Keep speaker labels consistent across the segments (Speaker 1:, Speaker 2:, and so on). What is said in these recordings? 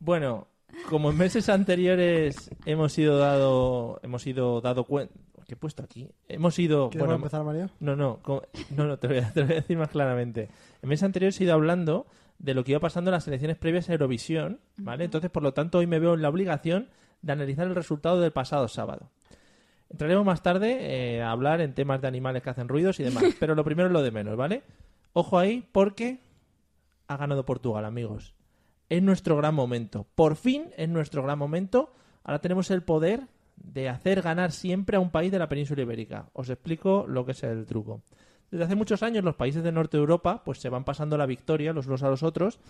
Speaker 1: Bueno, como en meses anteriores hemos sido dado hemos sido dado cuenta ¿Qué he puesto aquí? Hemos ido
Speaker 2: ¿Quieres
Speaker 1: bueno,
Speaker 2: empezar, Mario?
Speaker 1: No, no, co- no, no te, lo voy a, te lo voy a decir más claramente. En meses anteriores he ido hablando de lo que iba pasando en las elecciones previas a Eurovisión, ¿vale? Entonces, por lo tanto, hoy me veo en la obligación de analizar el resultado del pasado sábado. Entraremos más tarde eh, a hablar en temas de animales que hacen ruidos y demás, pero lo primero es lo de menos, ¿vale? Ojo ahí porque ha ganado Portugal, amigos. Es nuestro gran momento. Por fin es nuestro gran momento. Ahora tenemos el poder de hacer ganar siempre a un país de la península ibérica. Os explico lo que es el truco. Desde hace muchos años los países del norte de Europa pues se van pasando la victoria los unos a los otros.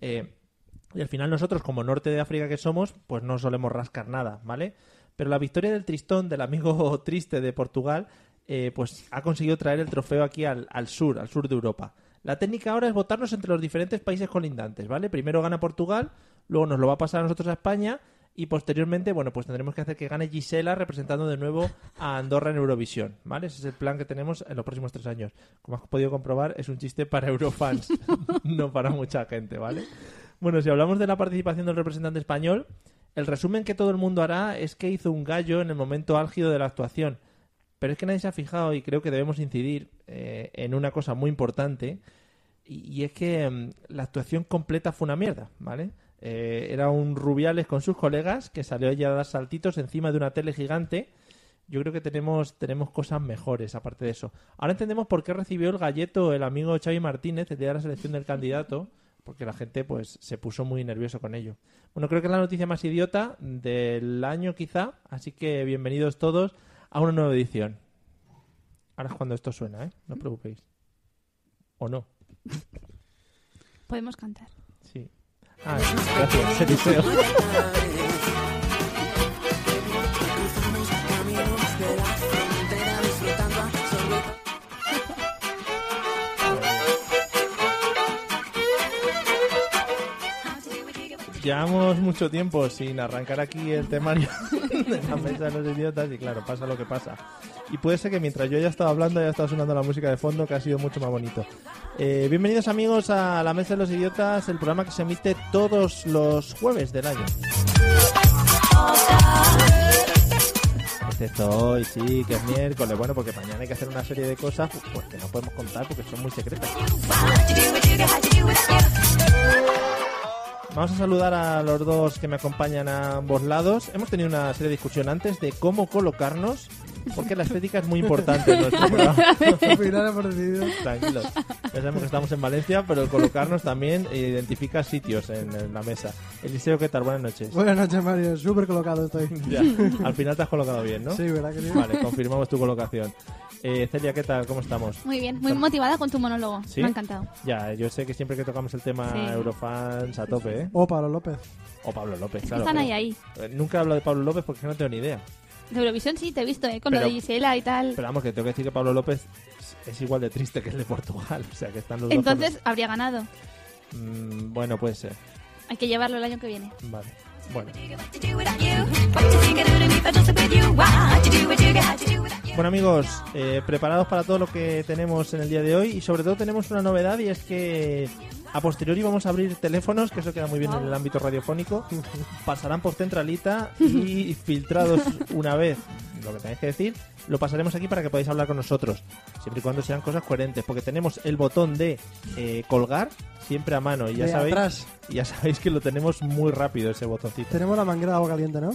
Speaker 1: eh, y al final nosotros, como norte de África que somos, pues no solemos rascar nada, ¿vale? Pero la victoria del Tristón, del amigo triste de Portugal, eh, pues ha conseguido traer el trofeo aquí al, al sur, al sur de Europa. La técnica ahora es votarnos entre los diferentes países colindantes, ¿vale? Primero gana Portugal, luego nos lo va a pasar a nosotros a España y posteriormente, bueno, pues tendremos que hacer que gane Gisela representando de nuevo a Andorra en Eurovisión, ¿vale? Ese es el plan que tenemos en los próximos tres años. Como has podido comprobar, es un chiste para Eurofans, no para mucha gente, ¿vale? Bueno, si hablamos de la participación del representante español, el resumen que todo el mundo hará es que hizo un gallo en el momento álgido de la actuación. Pero es que nadie se ha fijado y creo que debemos incidir eh, en una cosa muy importante. Y, y es que mm, la actuación completa fue una mierda, ¿vale? Eh, era un Rubiales con sus colegas que salió allí a dar saltitos encima de una tele gigante. Yo creo que tenemos, tenemos cosas mejores aparte de eso. Ahora entendemos por qué recibió el galleto el amigo Xavi Martínez el día de la selección del candidato, porque la gente pues se puso muy nervioso con ello. Bueno, creo que es la noticia más idiota del año quizá, así que bienvenidos todos a una nueva edición. Ahora es cuando esto suena, ¿eh? No os preocupéis. ¿O no?
Speaker 3: Podemos cantar.
Speaker 1: Sí. Ah, gracias, Eliseo. Llevamos mucho tiempo sin arrancar aquí el temario de la mesa de los idiotas y claro, pasa lo que pasa. Y puede ser que mientras yo haya estado hablando haya estado sonando la música de fondo que ha sido mucho más bonito. Eh, bienvenidos amigos a La Mesa de los Idiotas, el programa que se emite todos los jueves del año. Excepto hoy, sí, que es miércoles. Bueno, porque mañana hay que hacer una serie de cosas pues, que no podemos contar porque son muy secretas. Vamos a saludar a los dos que me acompañan a ambos lados. Hemos tenido una serie de discusión antes de cómo colocarnos, porque la estética es muy importante en nuestro programa.
Speaker 2: Al final hemos decidido.
Speaker 1: Tranquilos. Ya sabemos que estamos en Valencia, pero el colocarnos también identifica sitios en, en la mesa. Eliseo, ¿qué tal? Buenas noches.
Speaker 2: Buenas noches, Mario. Súper colocado estoy.
Speaker 1: Ya. Al final te has colocado bien, ¿no?
Speaker 2: Sí, ¿verdad que sí?
Speaker 1: Vale, confirmamos tu colocación. Eh, Celia, ¿qué tal? ¿Cómo estamos?
Speaker 3: Muy bien, muy motivada con tu monólogo.
Speaker 1: ¿Sí?
Speaker 3: Me ha encantado.
Speaker 1: Ya, yo sé que siempre que tocamos el tema
Speaker 3: Sí.
Speaker 1: Eurofans a tope, ¿eh?
Speaker 2: O Pablo López.
Speaker 1: O Pablo López,
Speaker 3: Que
Speaker 1: claro.
Speaker 3: Están
Speaker 1: pero-
Speaker 3: ahí, ahí.
Speaker 1: Eh, Nunca hablo de Pablo López porque no tengo ni idea.
Speaker 3: De Eurovisión sí, te he visto, ¿eh? Con
Speaker 1: Pero-
Speaker 3: lo de Gisela y tal.
Speaker 1: Pero vamos, que tengo que decir que Pablo López es igual de triste que el de Portugal. O sea, que están los dos por-
Speaker 3: Entonces habría ganado.
Speaker 1: Mm, bueno, puede ser.
Speaker 3: Hay que llevarlo el año que viene.
Speaker 1: Vale. Bueno. Bueno amigos, eh, preparados para todo lo que tenemos en el día de hoy y sobre todo tenemos una novedad y es que a posteriori vamos a abrir teléfonos, que eso queda muy bien en el ámbito radiofónico, pasarán por centralita y filtrados una vez lo que tenéis que decir, lo pasaremos aquí para que podáis hablar con nosotros, siempre y cuando sean cosas coherentes, porque tenemos el botón de eh, colgar siempre a mano y ya
Speaker 2: Eh,
Speaker 1: sabéis,
Speaker 2: Atrás.
Speaker 1: y ya sabéis que lo tenemos muy rápido ese botoncito.
Speaker 2: Tenemos la manguera de agua caliente, ¿no?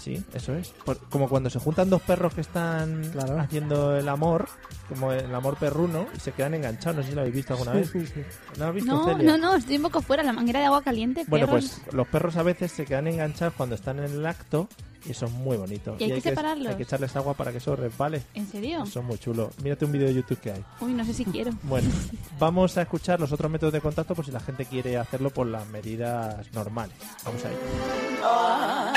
Speaker 1: Sí, eso es. Por- como cuando se juntan dos perros que están
Speaker 2: Claro.
Speaker 1: haciendo el amor, como el amor perruno, y se quedan enganchados. No sé si lo habéis visto alguna vez.
Speaker 2: Sí, sí.
Speaker 1: ¿Lo has visto,
Speaker 3: No,
Speaker 1: Celia?
Speaker 3: no, no, estoy un poco fuera. La manguera de agua caliente.
Speaker 1: Bueno,
Speaker 3: perros.
Speaker 1: pues los perros a veces se quedan enganchados cuando están en el acto Y son muy bonitos.
Speaker 3: Y hay que separarlos.
Speaker 1: Hay que echarles agua para que eso resbale.
Speaker 3: ¿En serio?
Speaker 1: Son muy chulos. Mírate un vídeo de YouTube que hay.
Speaker 3: Uy, no sé si quiero.
Speaker 1: Bueno, vamos a escuchar los otros métodos de contacto por si la gente quiere hacerlo por las medidas normales. Vamos a ello.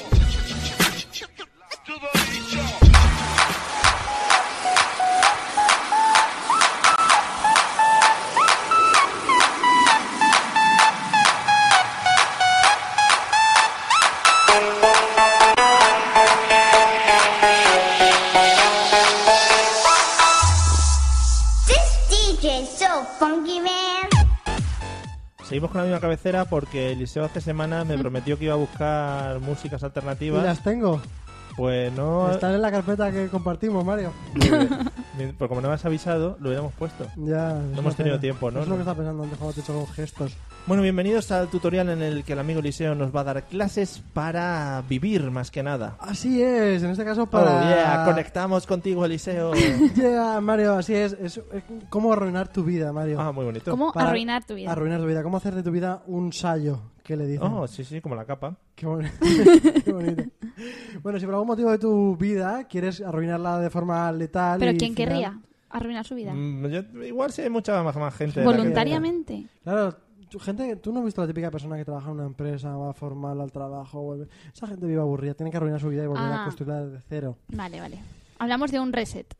Speaker 4: This DJ's so funky, man.
Speaker 1: Seguimos con la misma cabecera porque Eliseo hace semanas me prometió que iba a buscar músicas
Speaker 2: Y
Speaker 1: alternativas.
Speaker 2: las tengo.
Speaker 1: Pues no.
Speaker 2: Están en la carpeta que compartimos, Mario.
Speaker 1: Pero pues como no me has avisado, lo hubiéramos puesto.
Speaker 2: Ya. es
Speaker 1: hemos
Speaker 2: una
Speaker 1: tenido
Speaker 2: pena.
Speaker 1: tiempo, ¿no?
Speaker 2: Es lo que estaba pensando antes cuando te he hecho con gestos.
Speaker 1: Bueno, bienvenidos al tutorial en el que el amigo Eliseo nos va a dar clases para vivir más que nada.
Speaker 2: Así es, en este caso para.
Speaker 1: Oh, yeah, conectamos contigo, Eliseo.
Speaker 2: Yeah, Mario, así es. Es, es cómo arruinar tu vida, Mario.
Speaker 1: ah, muy bonito.
Speaker 3: ¿Cómo
Speaker 2: Para-
Speaker 3: arruinar tu vida?
Speaker 2: Arruinar tu vida. Cómo hacer de tu vida un sayo, que le dicen.
Speaker 1: Oh, sí, sí, como la capa.
Speaker 2: Qué, boni- Qué bonito. Bueno, si por algún motivo de tu vida quieres arruinarla de forma letal.
Speaker 3: Pero
Speaker 2: y
Speaker 3: ¿quién
Speaker 2: final-
Speaker 3: querría arruinar su vida?
Speaker 1: Mm, yo- igual sí hay mucha más, más gente. de la que-
Speaker 3: Voluntariamente.
Speaker 2: Claro, tú- gente, tú no has visto la típica persona que trabaja en una empresa, va formal al trabajo, vuelve. Esa gente vive aburrida, tiene que arruinar su vida y volver
Speaker 3: Ah.
Speaker 2: a construirla desde cero.
Speaker 3: Vale, vale. Hablamos de un reset.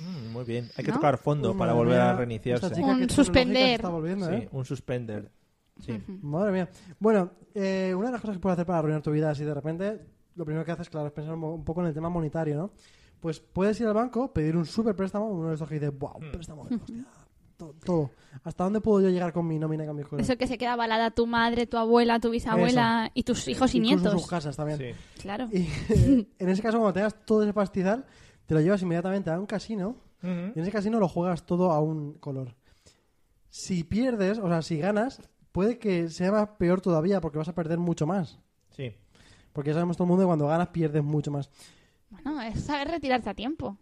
Speaker 1: Mm, muy bien. Hay que
Speaker 3: ¿No?
Speaker 1: tocar fondo
Speaker 2: Uy,
Speaker 1: para
Speaker 2: madre
Speaker 1: volver
Speaker 2: mía,
Speaker 1: a reiniciarse.
Speaker 2: esta chica
Speaker 3: Un
Speaker 2: qué tecnológica
Speaker 3: suspender.
Speaker 2: se está volviendo,
Speaker 1: Sí,
Speaker 2: ¿eh?
Speaker 1: un suspender. Sí.
Speaker 2: Madre mía. Bueno, eh, una de las cosas que puedes hacer para arruinar tu vida así de repente, lo primero que haces, claro, es pensar un mo- un poco en el tema monetario, ¿no? Pues puedes ir al banco, pedir un super préstamo, uno de estos que dice, wow, préstamo, de hostia, to- todo. ¿Hasta dónde puedo yo llegar con mi nómina y con mis
Speaker 1: Mm.
Speaker 2: cosas?
Speaker 3: Eso que se queda balada tu madre, tu abuela, tu bisabuela y tus hijos y
Speaker 2: Incluso en
Speaker 3: nietos.
Speaker 2: sus casas también.
Speaker 1: Sí.
Speaker 3: Claro.
Speaker 2: Y eh, en ese caso, cuando tengas todo ese pastizal, te lo llevas inmediatamente a un casino y en ese casino lo juegas todo a un color. Si pierdes, o sea, si ganas, puede que sea más peor todavía porque vas a perder mucho más.
Speaker 1: Sí.
Speaker 2: Porque ya sabemos todo el mundo que cuando ganas pierdes mucho más.
Speaker 3: Bueno, es saber retirarte a tiempo.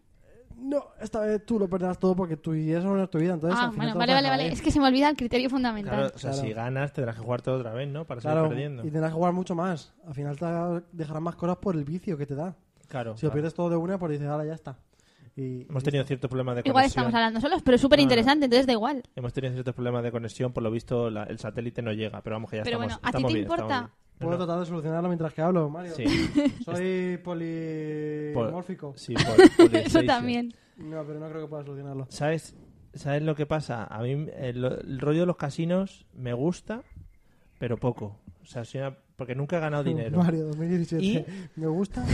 Speaker 2: No, esta vez tú lo perderás todo porque tú y eso no es tu vida. Entonces,
Speaker 3: Ah,
Speaker 2: al final te
Speaker 3: bueno, vale,
Speaker 2: vas a
Speaker 3: vale, vale.
Speaker 2: joder.
Speaker 3: Es que se me olvida el criterio
Speaker 1: Claro,
Speaker 3: fundamental.
Speaker 1: o sea,
Speaker 2: Claro.
Speaker 1: si ganas tendrás que jugarte otra vez, ¿no? Para seguir
Speaker 2: Claro,
Speaker 1: perdiendo.
Speaker 2: y tendrás que jugar mucho más. Al final te dejarán más cosas por el vicio que te da.
Speaker 1: Claro.
Speaker 2: Si lo
Speaker 1: claro.
Speaker 2: pierdes todo de una, pues dices, ahora ya está. Y
Speaker 1: Hemos tenido cierto problema de conexión.
Speaker 3: Igual estamos hablando solos, pero es súper interesante, entonces da igual.
Speaker 1: Hemos tenido ciertos problemas de conexión, por lo visto la- el satélite no llega, pero vamos que ya
Speaker 3: Pero
Speaker 1: estamos,
Speaker 3: bueno, ¿a ti
Speaker 1: estamos
Speaker 3: te
Speaker 1: bien,
Speaker 3: importa?
Speaker 1: estamos bien.
Speaker 2: Puedo
Speaker 1: No, no.
Speaker 2: tratar de solucionarlo mientras que hablo, Mario.
Speaker 1: Sí, Este-
Speaker 2: Soy polimórfico.
Speaker 1: Por- sí, por- por
Speaker 3: Eso
Speaker 1: PlayStation.
Speaker 3: también.
Speaker 2: No, pero no creo que pueda solucionarlo.
Speaker 1: ¿Sabes, ¿Sabes lo que pasa? A mí el, lo- el rollo de los casinos me gusta, pero poco. O sea, soy una- porque nunca he ganado dinero.
Speaker 2: Mario 2017.
Speaker 1: Y-
Speaker 2: Me gusta,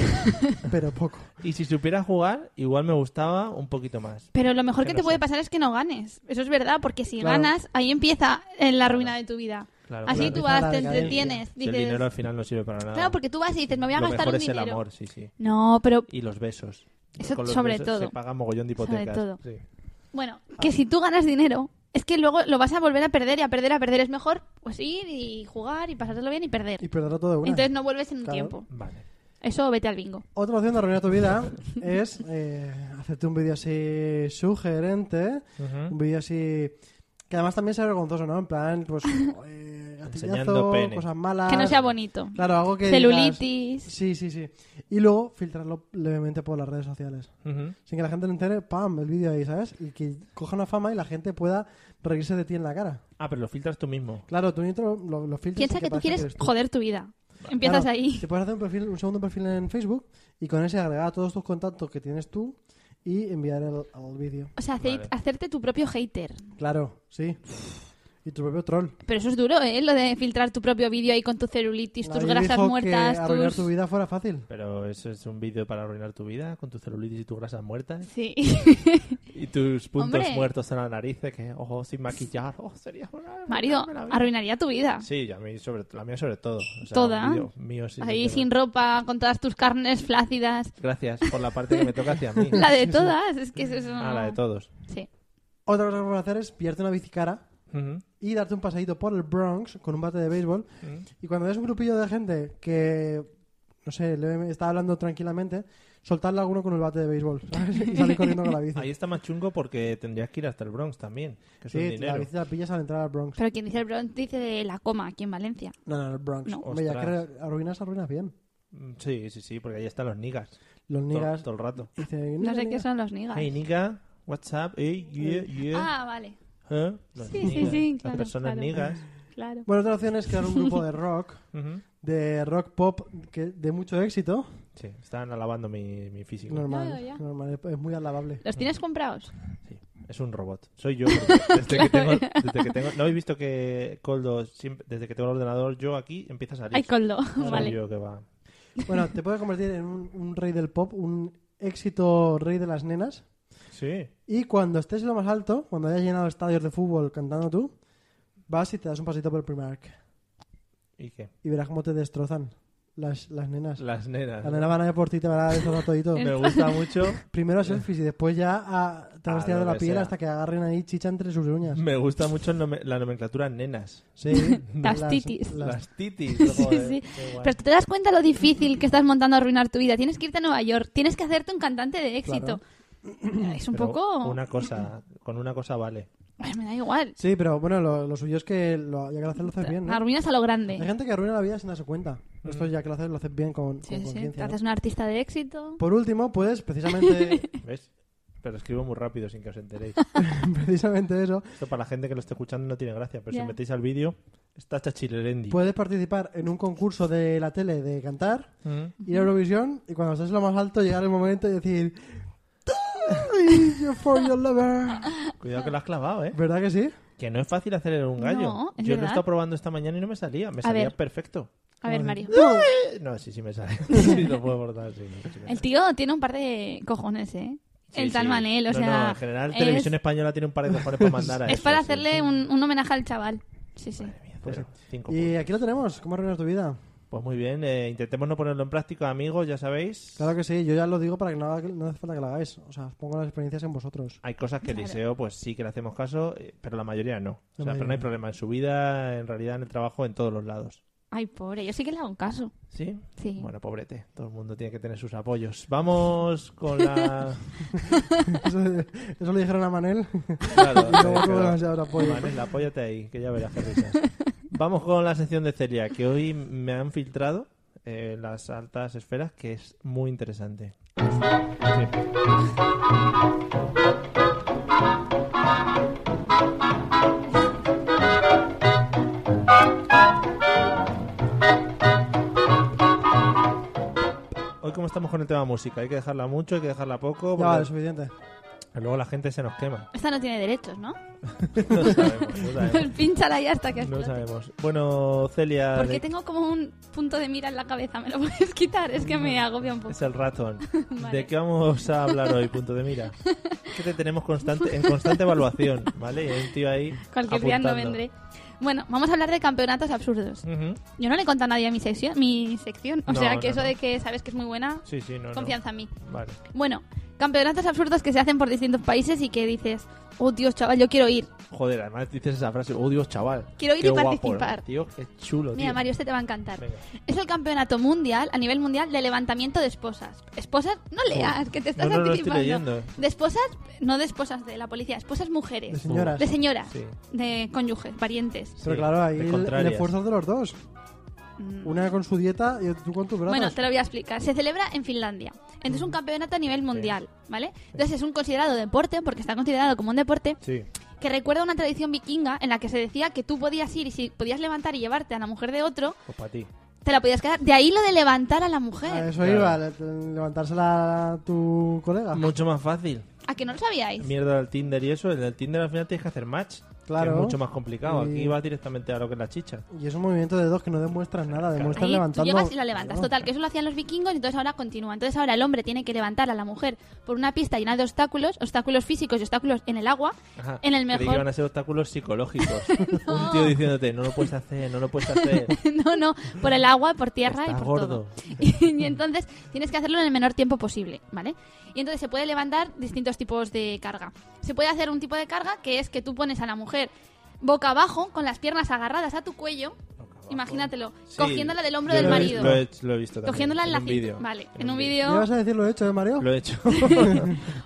Speaker 2: pero poco.
Speaker 1: Y si supiera jugar, igual me gustaba un poquito más.
Speaker 3: Pero lo mejor
Speaker 1: Que
Speaker 3: que
Speaker 1: no
Speaker 3: te
Speaker 1: sé.
Speaker 3: puede pasar es que no ganes. Eso es verdad, porque si
Speaker 2: Claro.
Speaker 3: ganas, ahí empieza eh, la ruina de tu vida.
Speaker 1: Claro,
Speaker 3: Así
Speaker 1: claro.
Speaker 3: tú
Speaker 2: Empieza
Speaker 3: vas,
Speaker 2: la
Speaker 3: te
Speaker 2: decadencia.
Speaker 3: entretienes.
Speaker 1: Si el
Speaker 3: dices-
Speaker 1: dinero al final no sirve para nada.
Speaker 3: Claro, porque tú vas y dices, me voy a
Speaker 1: lo
Speaker 3: gastar
Speaker 1: mejor
Speaker 3: un
Speaker 1: es
Speaker 3: dinero.
Speaker 1: el amor, sí, sí.
Speaker 3: No, pero
Speaker 1: Y los besos.
Speaker 3: Eso
Speaker 1: Con los
Speaker 3: sobre
Speaker 1: besos
Speaker 3: todo.
Speaker 1: Se pagan mogollón de
Speaker 3: Sobre
Speaker 1: hipotecas.
Speaker 3: todo.
Speaker 1: Sí.
Speaker 3: bueno, que si tú ganas dinero, es que luego lo vas a volver a perder y a perder, a perder. Es mejor pues ir y jugar y pasártelo bien y perder.
Speaker 2: Y perderlo todo de una.
Speaker 3: Entonces no vuelves en un
Speaker 2: Claro.
Speaker 3: tiempo.
Speaker 1: Vale.
Speaker 3: Eso vete al bingo.
Speaker 2: Otra opción de arruinar tu vida es eh, hacerte un vídeo así sugerente. Un vídeo así. Que además también sea vergonzoso, ¿no? En plan, pues. eh,
Speaker 1: Enseñando
Speaker 2: gatillazo,
Speaker 1: pene.
Speaker 2: cosas malas.
Speaker 3: Que no sea bonito.
Speaker 2: Claro, algo que. digas-
Speaker 3: Celulitis.
Speaker 2: Sí, sí, sí. Y luego filtrarlo levemente por las redes sociales.
Speaker 1: Ujú.
Speaker 2: Sin que la gente lo entere, ¡pam! el vídeo ahí, ¿sabes? Y que coja una fama y la gente pueda reírse de ti en la cara.
Speaker 1: Ah, pero lo filtras tú mismo.
Speaker 2: Claro, tu intro lo, lo filtras.
Speaker 3: Piensa
Speaker 2: y
Speaker 3: que tú
Speaker 2: parezca
Speaker 3: quieres
Speaker 2: eres
Speaker 3: joder tu vida. Empiezas
Speaker 2: Claro,
Speaker 3: ahí.
Speaker 2: Te puedes hacer un, perfil, un segundo perfil en Facebook y con ese agregar todos tus contactos que tienes tú y enviar el, al vídeo.
Speaker 3: O sea, hace-
Speaker 1: Vale.
Speaker 3: hacerte tu propio hater.
Speaker 2: Claro, sí. Y y tu propio troll.
Speaker 3: Pero eso es duro, ¿eh? Lo de filtrar tu propio vídeo ahí con tu celulitis, tus
Speaker 2: Nadie
Speaker 3: grasas
Speaker 2: dijo
Speaker 3: muertas,
Speaker 2: que arruinar
Speaker 3: tus...
Speaker 2: tu vida fuera fácil.
Speaker 1: Pero eso es un vídeo para arruinar tu vida con tu celulitis y tus grasas muertas
Speaker 3: Sí.
Speaker 1: y tus puntos
Speaker 3: Hombre.
Speaker 1: muertos en la nariz, eh, que ojo, sin maquillar, oh, sería una-
Speaker 3: Mario,
Speaker 1: una- una-
Speaker 3: arruinaría tu vida.
Speaker 1: Sí, y a mí sobre, la mía sobre todo. O sea,
Speaker 3: Toda.
Speaker 1: un vídeo mío, sí,
Speaker 3: ahí
Speaker 1: sí,
Speaker 3: sin
Speaker 1: pero-
Speaker 3: ropa, con todas tus carnes flácidas.
Speaker 1: Gracias por la parte que me toca hacia mí.
Speaker 3: La de todas, es que eso es
Speaker 1: Ah, la de todos.
Speaker 3: Sí.
Speaker 2: Otra cosa que puedes hacer es pillarte una bicicara
Speaker 1: Ujú.
Speaker 2: y darte un paseíto por el Bronx con un bate de béisbol.
Speaker 1: Mm.
Speaker 2: Y cuando ves un grupillo de gente que, no sé, le está hablando tranquilamente, soltarle a alguno con el bate de béisbol, ¿sabes? Y salir corriendo con la bici.
Speaker 1: Ahí está más chungo porque tendrías que ir hasta el Bronx también, que es un
Speaker 2: sí, la
Speaker 1: dinero.
Speaker 2: bici la pillas al entrar al Bronx.
Speaker 3: Pero quien dice el Bronx dice de la coma aquí en Valencia.
Speaker 2: No, no, el Bronx.
Speaker 3: No.
Speaker 2: Hombre, ya que
Speaker 1: Ostras.
Speaker 2: arruinas, arruinas bien.
Speaker 1: Mm, Sí, sí, sí, porque ahí están los niggas.
Speaker 2: Los
Speaker 1: Todo-
Speaker 2: niggas.
Speaker 1: Todo el rato.
Speaker 2: dicen,
Speaker 3: No
Speaker 2: "Niga,
Speaker 3: sé
Speaker 2: niga".
Speaker 3: qué son los niggas.
Speaker 1: Hey, nigga, what's up? Hey, yeah, yeah.
Speaker 3: Ah, vale.
Speaker 1: ¿Eh? Los
Speaker 3: Sí, sí,
Speaker 1: niggas,
Speaker 3: sí,
Speaker 1: Las
Speaker 3: claro,
Speaker 1: personas
Speaker 3: claro.
Speaker 1: niggas.
Speaker 3: Claro.
Speaker 2: Bueno, otra opción es crear un grupo de rock,
Speaker 1: Ujú.
Speaker 2: de rock pop que de mucho éxito.
Speaker 1: Sí, estaban alabando mi, mi físico.
Speaker 2: Normal,
Speaker 3: Ya, ya, ya.
Speaker 2: normal, es- es muy alabable.
Speaker 3: ¿Los
Speaker 1: Mm.
Speaker 3: tienes comprados?
Speaker 1: Sí, es un robot. Soy yo. porque Desde que tengo, desde que tengo- ¿No habéis visto que Coldo, siempre- desde que tengo el ordenador, yo aquí empieza a salir?
Speaker 3: Ay, coldo.
Speaker 1: Soy
Speaker 3: Vale.
Speaker 1: yo que va.
Speaker 2: Bueno, te puedes convertir en un, un rey del pop, un éxito rey de las nenas.
Speaker 1: Sí.
Speaker 2: Y cuando estés en lo más alto, cuando hayas llenado estadios de fútbol cantando tú, vas y te das un pasito por el Primark.
Speaker 1: ¿Y qué?
Speaker 2: Y verás cómo te destrozan las, las nenas.
Speaker 1: Las nenas.
Speaker 2: Las nenas van a ir por ti, te van a destrozar todito.
Speaker 1: Me gusta mucho.
Speaker 2: Primero a selfies y después ya a, te
Speaker 1: A
Speaker 2: vas tirando
Speaker 1: lo
Speaker 2: la
Speaker 1: que
Speaker 2: piel
Speaker 1: sea.
Speaker 2: hasta que agarren ahí chicha entre sus uñas.
Speaker 1: Me gusta mucho el nome- la nomenclatura nenas.
Speaker 2: Sí.
Speaker 3: Las titis.
Speaker 2: las-
Speaker 1: Las titis.
Speaker 3: Sí,
Speaker 1: joder,
Speaker 3: sí.
Speaker 1: qué guay.
Speaker 3: Pero es que te das cuenta lo difícil que estás montando a arruinar tu vida. Tienes que irte a Nueva York, tienes que hacerte un cantante de éxito. Es un
Speaker 1: Pero
Speaker 3: poco...
Speaker 1: Una cosa, con una cosa vale.
Speaker 3: Ay, me da igual.
Speaker 2: Sí, pero bueno, lo, lo suyo es que lo, ya que lo haces, lo haces bien, ¿no?
Speaker 3: Arruinas a lo
Speaker 2: Hay
Speaker 3: grande.
Speaker 2: gente que arruina la vida sin darse cuenta. Esto ya que lo haces, lo haces bien con, con
Speaker 3: Sí, sí, sí. Te
Speaker 2: conciencia. ¿no?
Speaker 3: haces un artista de éxito.
Speaker 2: Por último, puedes precisamente,
Speaker 1: ¿Ves? Pero escribo muy rápido sin que os enteréis.
Speaker 2: precisamente eso,
Speaker 1: Esto para la gente que lo esté escuchando no tiene gracia, pero
Speaker 3: Ya. Pues-
Speaker 1: si metéis al vídeo, está chachilerendi.
Speaker 2: puedes participar en un concurso de la tele de cantar,
Speaker 1: Ujú.
Speaker 2: ir a Eurovisión y cuando estés en lo más alto llegar el momento y decir "Die for your lover.
Speaker 1: Cuidado que lo has clavado, ¿eh?
Speaker 2: ¿Verdad que sí?
Speaker 1: Que no es fácil hacer en un gallo.
Speaker 3: No, es
Speaker 1: Yo lo he
Speaker 3: verdad.
Speaker 1: estado probando esta mañana y no me salía. Me salía
Speaker 3: ver.
Speaker 1: perfecto.
Speaker 3: A ver, Mario.
Speaker 1: Eh, No, sí, sí me sale. sí, lo puedo cortar, sí, no, sí me
Speaker 3: El
Speaker 1: sale.
Speaker 3: tío tiene un par de cojones, ¿eh?
Speaker 1: Sí,
Speaker 3: el
Speaker 1: sí.
Speaker 3: tal Manel, o
Speaker 1: No,
Speaker 3: sea...
Speaker 1: No, en general,
Speaker 3: es-
Speaker 1: Televisión Española tiene un par de cojones para mandar a
Speaker 3: Es
Speaker 1: eso,
Speaker 3: para
Speaker 1: sí.
Speaker 3: hacerle un, un homenaje al chaval. Sí, sí.
Speaker 1: Mira, cero, cinco
Speaker 2: Y eh,
Speaker 1: puntos.
Speaker 2: aquí lo tenemos, ¿cómo arruinas tu vida?
Speaker 1: Pues muy bien, eh, intentemos no ponerlo en práctica, amigos, ya sabéis.
Speaker 2: Claro que sí, yo ya lo digo para que no, haga- no hace falta que lo hagáis. O sea, os pongo las experiencias en vosotros.
Speaker 1: Hay cosas que Eliseo, pues sí que le hacemos caso, eh, pero la mayoría no. O sea,
Speaker 2: mayoría
Speaker 1: pero no hay
Speaker 2: no.
Speaker 1: problema en su vida, en realidad, en el trabajo, en todos los lados.
Speaker 3: Ay, pobre, yo sí que le hago caso.
Speaker 1: ¿Sí?
Speaker 3: Sí.
Speaker 1: Bueno, pobrete. Todo el mundo tiene que tener sus apoyos. Vamos con la...
Speaker 2: Eso, eso le dijeron a Manel.
Speaker 1: Claro, eh,
Speaker 2: Y luego
Speaker 1: te- te
Speaker 2: tuvo
Speaker 1: da.
Speaker 2: demasiados apoyos.
Speaker 1: Manel, apóyate ahí, que ya verás qué risas. Vamos con la sección de Celia, que hoy me han filtrado eh, las altas esferas, que es muy interesante. Sí. Hoy como estamos con el tema música, hay que dejarla mucho, hay que dejarla poco,
Speaker 2: Ya vale,
Speaker 1: porque
Speaker 2: suficiente.
Speaker 1: luego la gente se nos quema.
Speaker 3: Esta no tiene derechos, ¿no?
Speaker 1: No sabemos, no sabemos.
Speaker 3: Pues pínchala ya hasta que
Speaker 1: No
Speaker 3: explote.
Speaker 1: sabemos. Bueno, Celia,
Speaker 3: Porque
Speaker 1: de-
Speaker 3: tengo como un punto de mira en la cabeza, me lo puedes quitar, es que me agobia un poco.
Speaker 1: es el ratón.
Speaker 3: Vale.
Speaker 1: ¿De qué vamos a hablar hoy, punto de mira? Es que te tenemos constante, en constante evaluación, ¿vale? Y hay un tío ahí.
Speaker 3: Cualquier día no
Speaker 1: apuntando.
Speaker 3: vendré. Bueno, vamos a hablar de campeonatos absurdos.
Speaker 1: Ujú.
Speaker 3: Yo no le he contado a nadie mi sección, mi sección. o
Speaker 1: No,
Speaker 3: sea que
Speaker 1: no,
Speaker 3: eso
Speaker 1: no.
Speaker 3: de que sabes que es muy buena,
Speaker 1: Sí, sí, no. no.
Speaker 3: confianza en mí.
Speaker 1: Vale.
Speaker 3: Bueno, campeonatos absurdos que se hacen por distintos países y que dices, oh Dios, chaval, yo quiero ir.
Speaker 1: Joder, además dices esa frase. Oh, Dios, chaval.
Speaker 3: Quiero ir
Speaker 1: Qué
Speaker 3: y
Speaker 1: guapo, ¿no?
Speaker 3: participar.
Speaker 1: Tío, qué chulo,
Speaker 3: Mira,
Speaker 1: tío.
Speaker 3: Mario, este te va a encantar.
Speaker 1: Venga.
Speaker 3: Es el campeonato mundial, a nivel mundial, de levantamiento de esposas. Esposas, no leas, que te estás
Speaker 1: No, no, no estoy
Speaker 3: anticipando.
Speaker 1: leyendo.
Speaker 3: de esposas, no de esposas de la policía, esposas mujeres.
Speaker 2: De señoras.
Speaker 3: De señoras,
Speaker 1: Sí.
Speaker 3: de cónyuges, parientes.
Speaker 2: Pero
Speaker 1: Sí,
Speaker 2: claro, ahí
Speaker 1: de
Speaker 2: el, el
Speaker 1: contrarias.
Speaker 2: esfuerzo es de los dos. Una con su dieta y tú con tus brazos.
Speaker 3: Mm. Bueno, te lo voy a explicar. Se celebra en Finlandia. Entonces
Speaker 1: Mm.
Speaker 3: es un campeonato a nivel mundial, ¿vale? Entonces es un considerado deporte, porque está considerado como un deporte,
Speaker 1: Sí.
Speaker 3: que recuerda una tradición vikinga en la que se decía que tú podías ir y si podías levantar y llevarte a la mujer de otro,
Speaker 1: Pues para ti.
Speaker 3: te la podías quedar. De ahí lo de levantar a la
Speaker 2: A
Speaker 1: Ah,
Speaker 3: mujer.
Speaker 2: eso iba, le- te- levantársela a tu colega.
Speaker 1: Mucho más fácil.
Speaker 3: ¿A que no lo sabíais?
Speaker 1: Mierda del Tinder y eso. En el Tinder al final tienes que hacer match.
Speaker 2: Claro.
Speaker 1: es mucho más complicado.
Speaker 2: Y-
Speaker 1: Aquí va directamente a lo que es la chicha.
Speaker 2: Y es un movimiento de dos que no demuestras nada, demuestras
Speaker 3: Ahí
Speaker 2: levantando.
Speaker 3: tú llegas y lo levantas.
Speaker 2: No.
Speaker 3: Total, que eso lo hacían los vikingos y entonces ahora continúa. Entonces ahora el hombre tiene que levantar a la mujer por una pista llena de obstáculos, obstáculos físicos y obstáculos en el agua,
Speaker 1: Ajá.
Speaker 3: en el
Speaker 1: Creí que
Speaker 3: mejor...
Speaker 1: iban a ser obstáculos psicológicos. Un tío diciéndote, no lo puedes hacer, no lo puedes hacer.
Speaker 3: no, no, por el agua, por tierra y
Speaker 1: Estás
Speaker 3: por
Speaker 1: gordo.
Speaker 3: todo. Y, entonces tienes que hacerlo en el menor tiempo posible, ¿vale? Y entonces se puede levantar distintos tipos de carga. Se puede hacer un tipo de carga que es que tú pones a la mujer boca abajo con las piernas agarradas a tu cuello, imagínatelo,
Speaker 1: Sí,
Speaker 3: cogiéndola del hombro
Speaker 1: yo
Speaker 3: del
Speaker 1: lo he-
Speaker 3: marido.
Speaker 1: Lo he, lo he visto también.
Speaker 3: Cogiéndola en la
Speaker 1: un
Speaker 3: cintura.
Speaker 1: vídeo.
Speaker 3: Vale, en un
Speaker 2: ¿Me
Speaker 3: vídeo.
Speaker 2: vas a decir lo hecho eh, de mareo?
Speaker 1: Lo he hecho.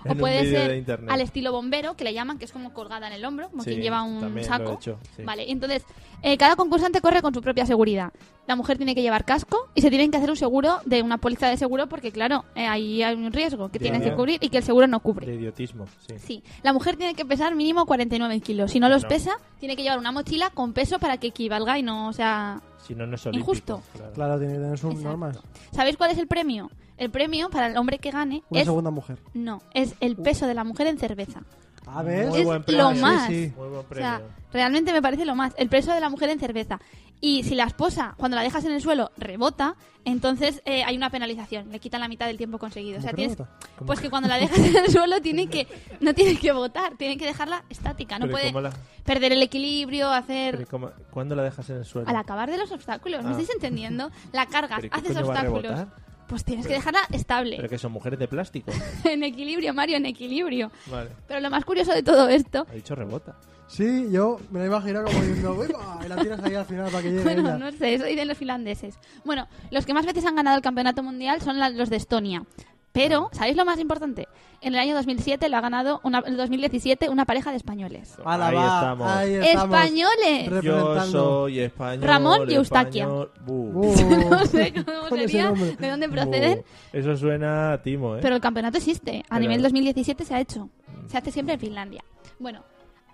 Speaker 3: O
Speaker 1: o
Speaker 3: puede ser al estilo bombero, que le llaman, que es como colgada en el hombro, como
Speaker 1: Sí,
Speaker 3: quien lleva un
Speaker 1: también
Speaker 3: saco.
Speaker 1: lo he hecho, sí.
Speaker 3: Vale, entonces, eh, cada concursante corre con su propia seguridad. La mujer tiene que llevar casco y se tienen que hacer un seguro de una póliza de seguro porque, claro, eh, ahí hay un riesgo que
Speaker 1: Ya,
Speaker 3: tienes
Speaker 1: ya.
Speaker 3: que cubrir y que el seguro no cubre.
Speaker 1: De idiotismo, sí.
Speaker 3: Sí, la mujer tiene que pesar mínimo 49 kilos. Si no los
Speaker 1: No.
Speaker 3: pesa, tiene que llevar una mochila con peso para que equivalga y no sea...
Speaker 1: Si no, no es olímpico.
Speaker 3: Injusto.
Speaker 1: claro.
Speaker 2: Claro, tiene que tener sus
Speaker 3: Exacto.
Speaker 2: normas.
Speaker 3: ¿Sabéis cuál es el premio? El premio para el hombre que gane
Speaker 2: Una
Speaker 3: es...
Speaker 2: segunda mujer.
Speaker 3: No, es el peso de la mujer en cerveza.
Speaker 2: A ver.
Speaker 1: Muy
Speaker 3: es
Speaker 1: buen
Speaker 3: lo
Speaker 1: premio.
Speaker 3: más.
Speaker 2: Sí, sí.
Speaker 1: Muy buen
Speaker 3: O
Speaker 1: premio.
Speaker 3: sea, realmente me parece lo más. El peso de la mujer en cerveza. Y si la esposa, cuando la dejas en el suelo, rebota, entonces eh, hay una penalización. Le quitan la mitad del tiempo conseguido. O
Speaker 2: ¿Cómo
Speaker 3: sea,
Speaker 2: que
Speaker 3: tienes,
Speaker 2: rebota?
Speaker 3: pues que cuando la dejas en el suelo tiene que, no tiene que botar, tiene que dejarla estática. No
Speaker 1: Pero ¿y
Speaker 3: puede
Speaker 1: cómo la-
Speaker 3: perder el equilibrio,
Speaker 1: pero ¿y
Speaker 3: hacer...
Speaker 1: cómo- ¿Cuándo la dejas en el suelo?
Speaker 3: Al acabar de los obstáculos, ¿me
Speaker 1: Ah.
Speaker 3: estáis entendiendo? La cargas,
Speaker 1: ¿Pero y qué
Speaker 3: haces
Speaker 1: coño va a
Speaker 3: obstáculos.
Speaker 1: rebotar?
Speaker 3: Pues tienes que dejarla
Speaker 1: Pero
Speaker 3: estable.
Speaker 1: que son mujeres de plástico.
Speaker 3: En equilibrio, Mario, en equilibrio.
Speaker 1: Vale.
Speaker 3: Pero lo más curioso de todo esto
Speaker 1: Ha dicho rebota.
Speaker 2: Sí, yo me la imagino como diciendo, "Uepa", y la tiras ahí al final para que llegue
Speaker 3: Bueno,
Speaker 2: ella.
Speaker 3: no sé, eso dicen los finlandeses. Bueno, los que más veces han ganado el campeonato mundial son la- los de Estonia. Pero, ¿sabéis lo más importante? En el año 2007 lo ha ganado, una, el 2017, una pareja de españoles.
Speaker 2: Ala,
Speaker 1: ahí
Speaker 2: va,
Speaker 1: estamos.
Speaker 2: ahí estamos.
Speaker 3: ¡Españoles!
Speaker 2: Representando.
Speaker 1: Yo soy español.
Speaker 3: Ramón y Eustaquia.
Speaker 1: español. Bu.
Speaker 2: Uh,
Speaker 3: No sé cómo
Speaker 2: Con ese
Speaker 3: sería,
Speaker 2: nombre.
Speaker 3: de dónde
Speaker 1: Bu.
Speaker 3: proceden,
Speaker 1: Eso suena a timo, ¿eh?
Speaker 3: pero el campeonato existe. A
Speaker 1: Pero-
Speaker 3: nivel 2017 se ha hecho. Se hace siempre en Finlandia. Bueno,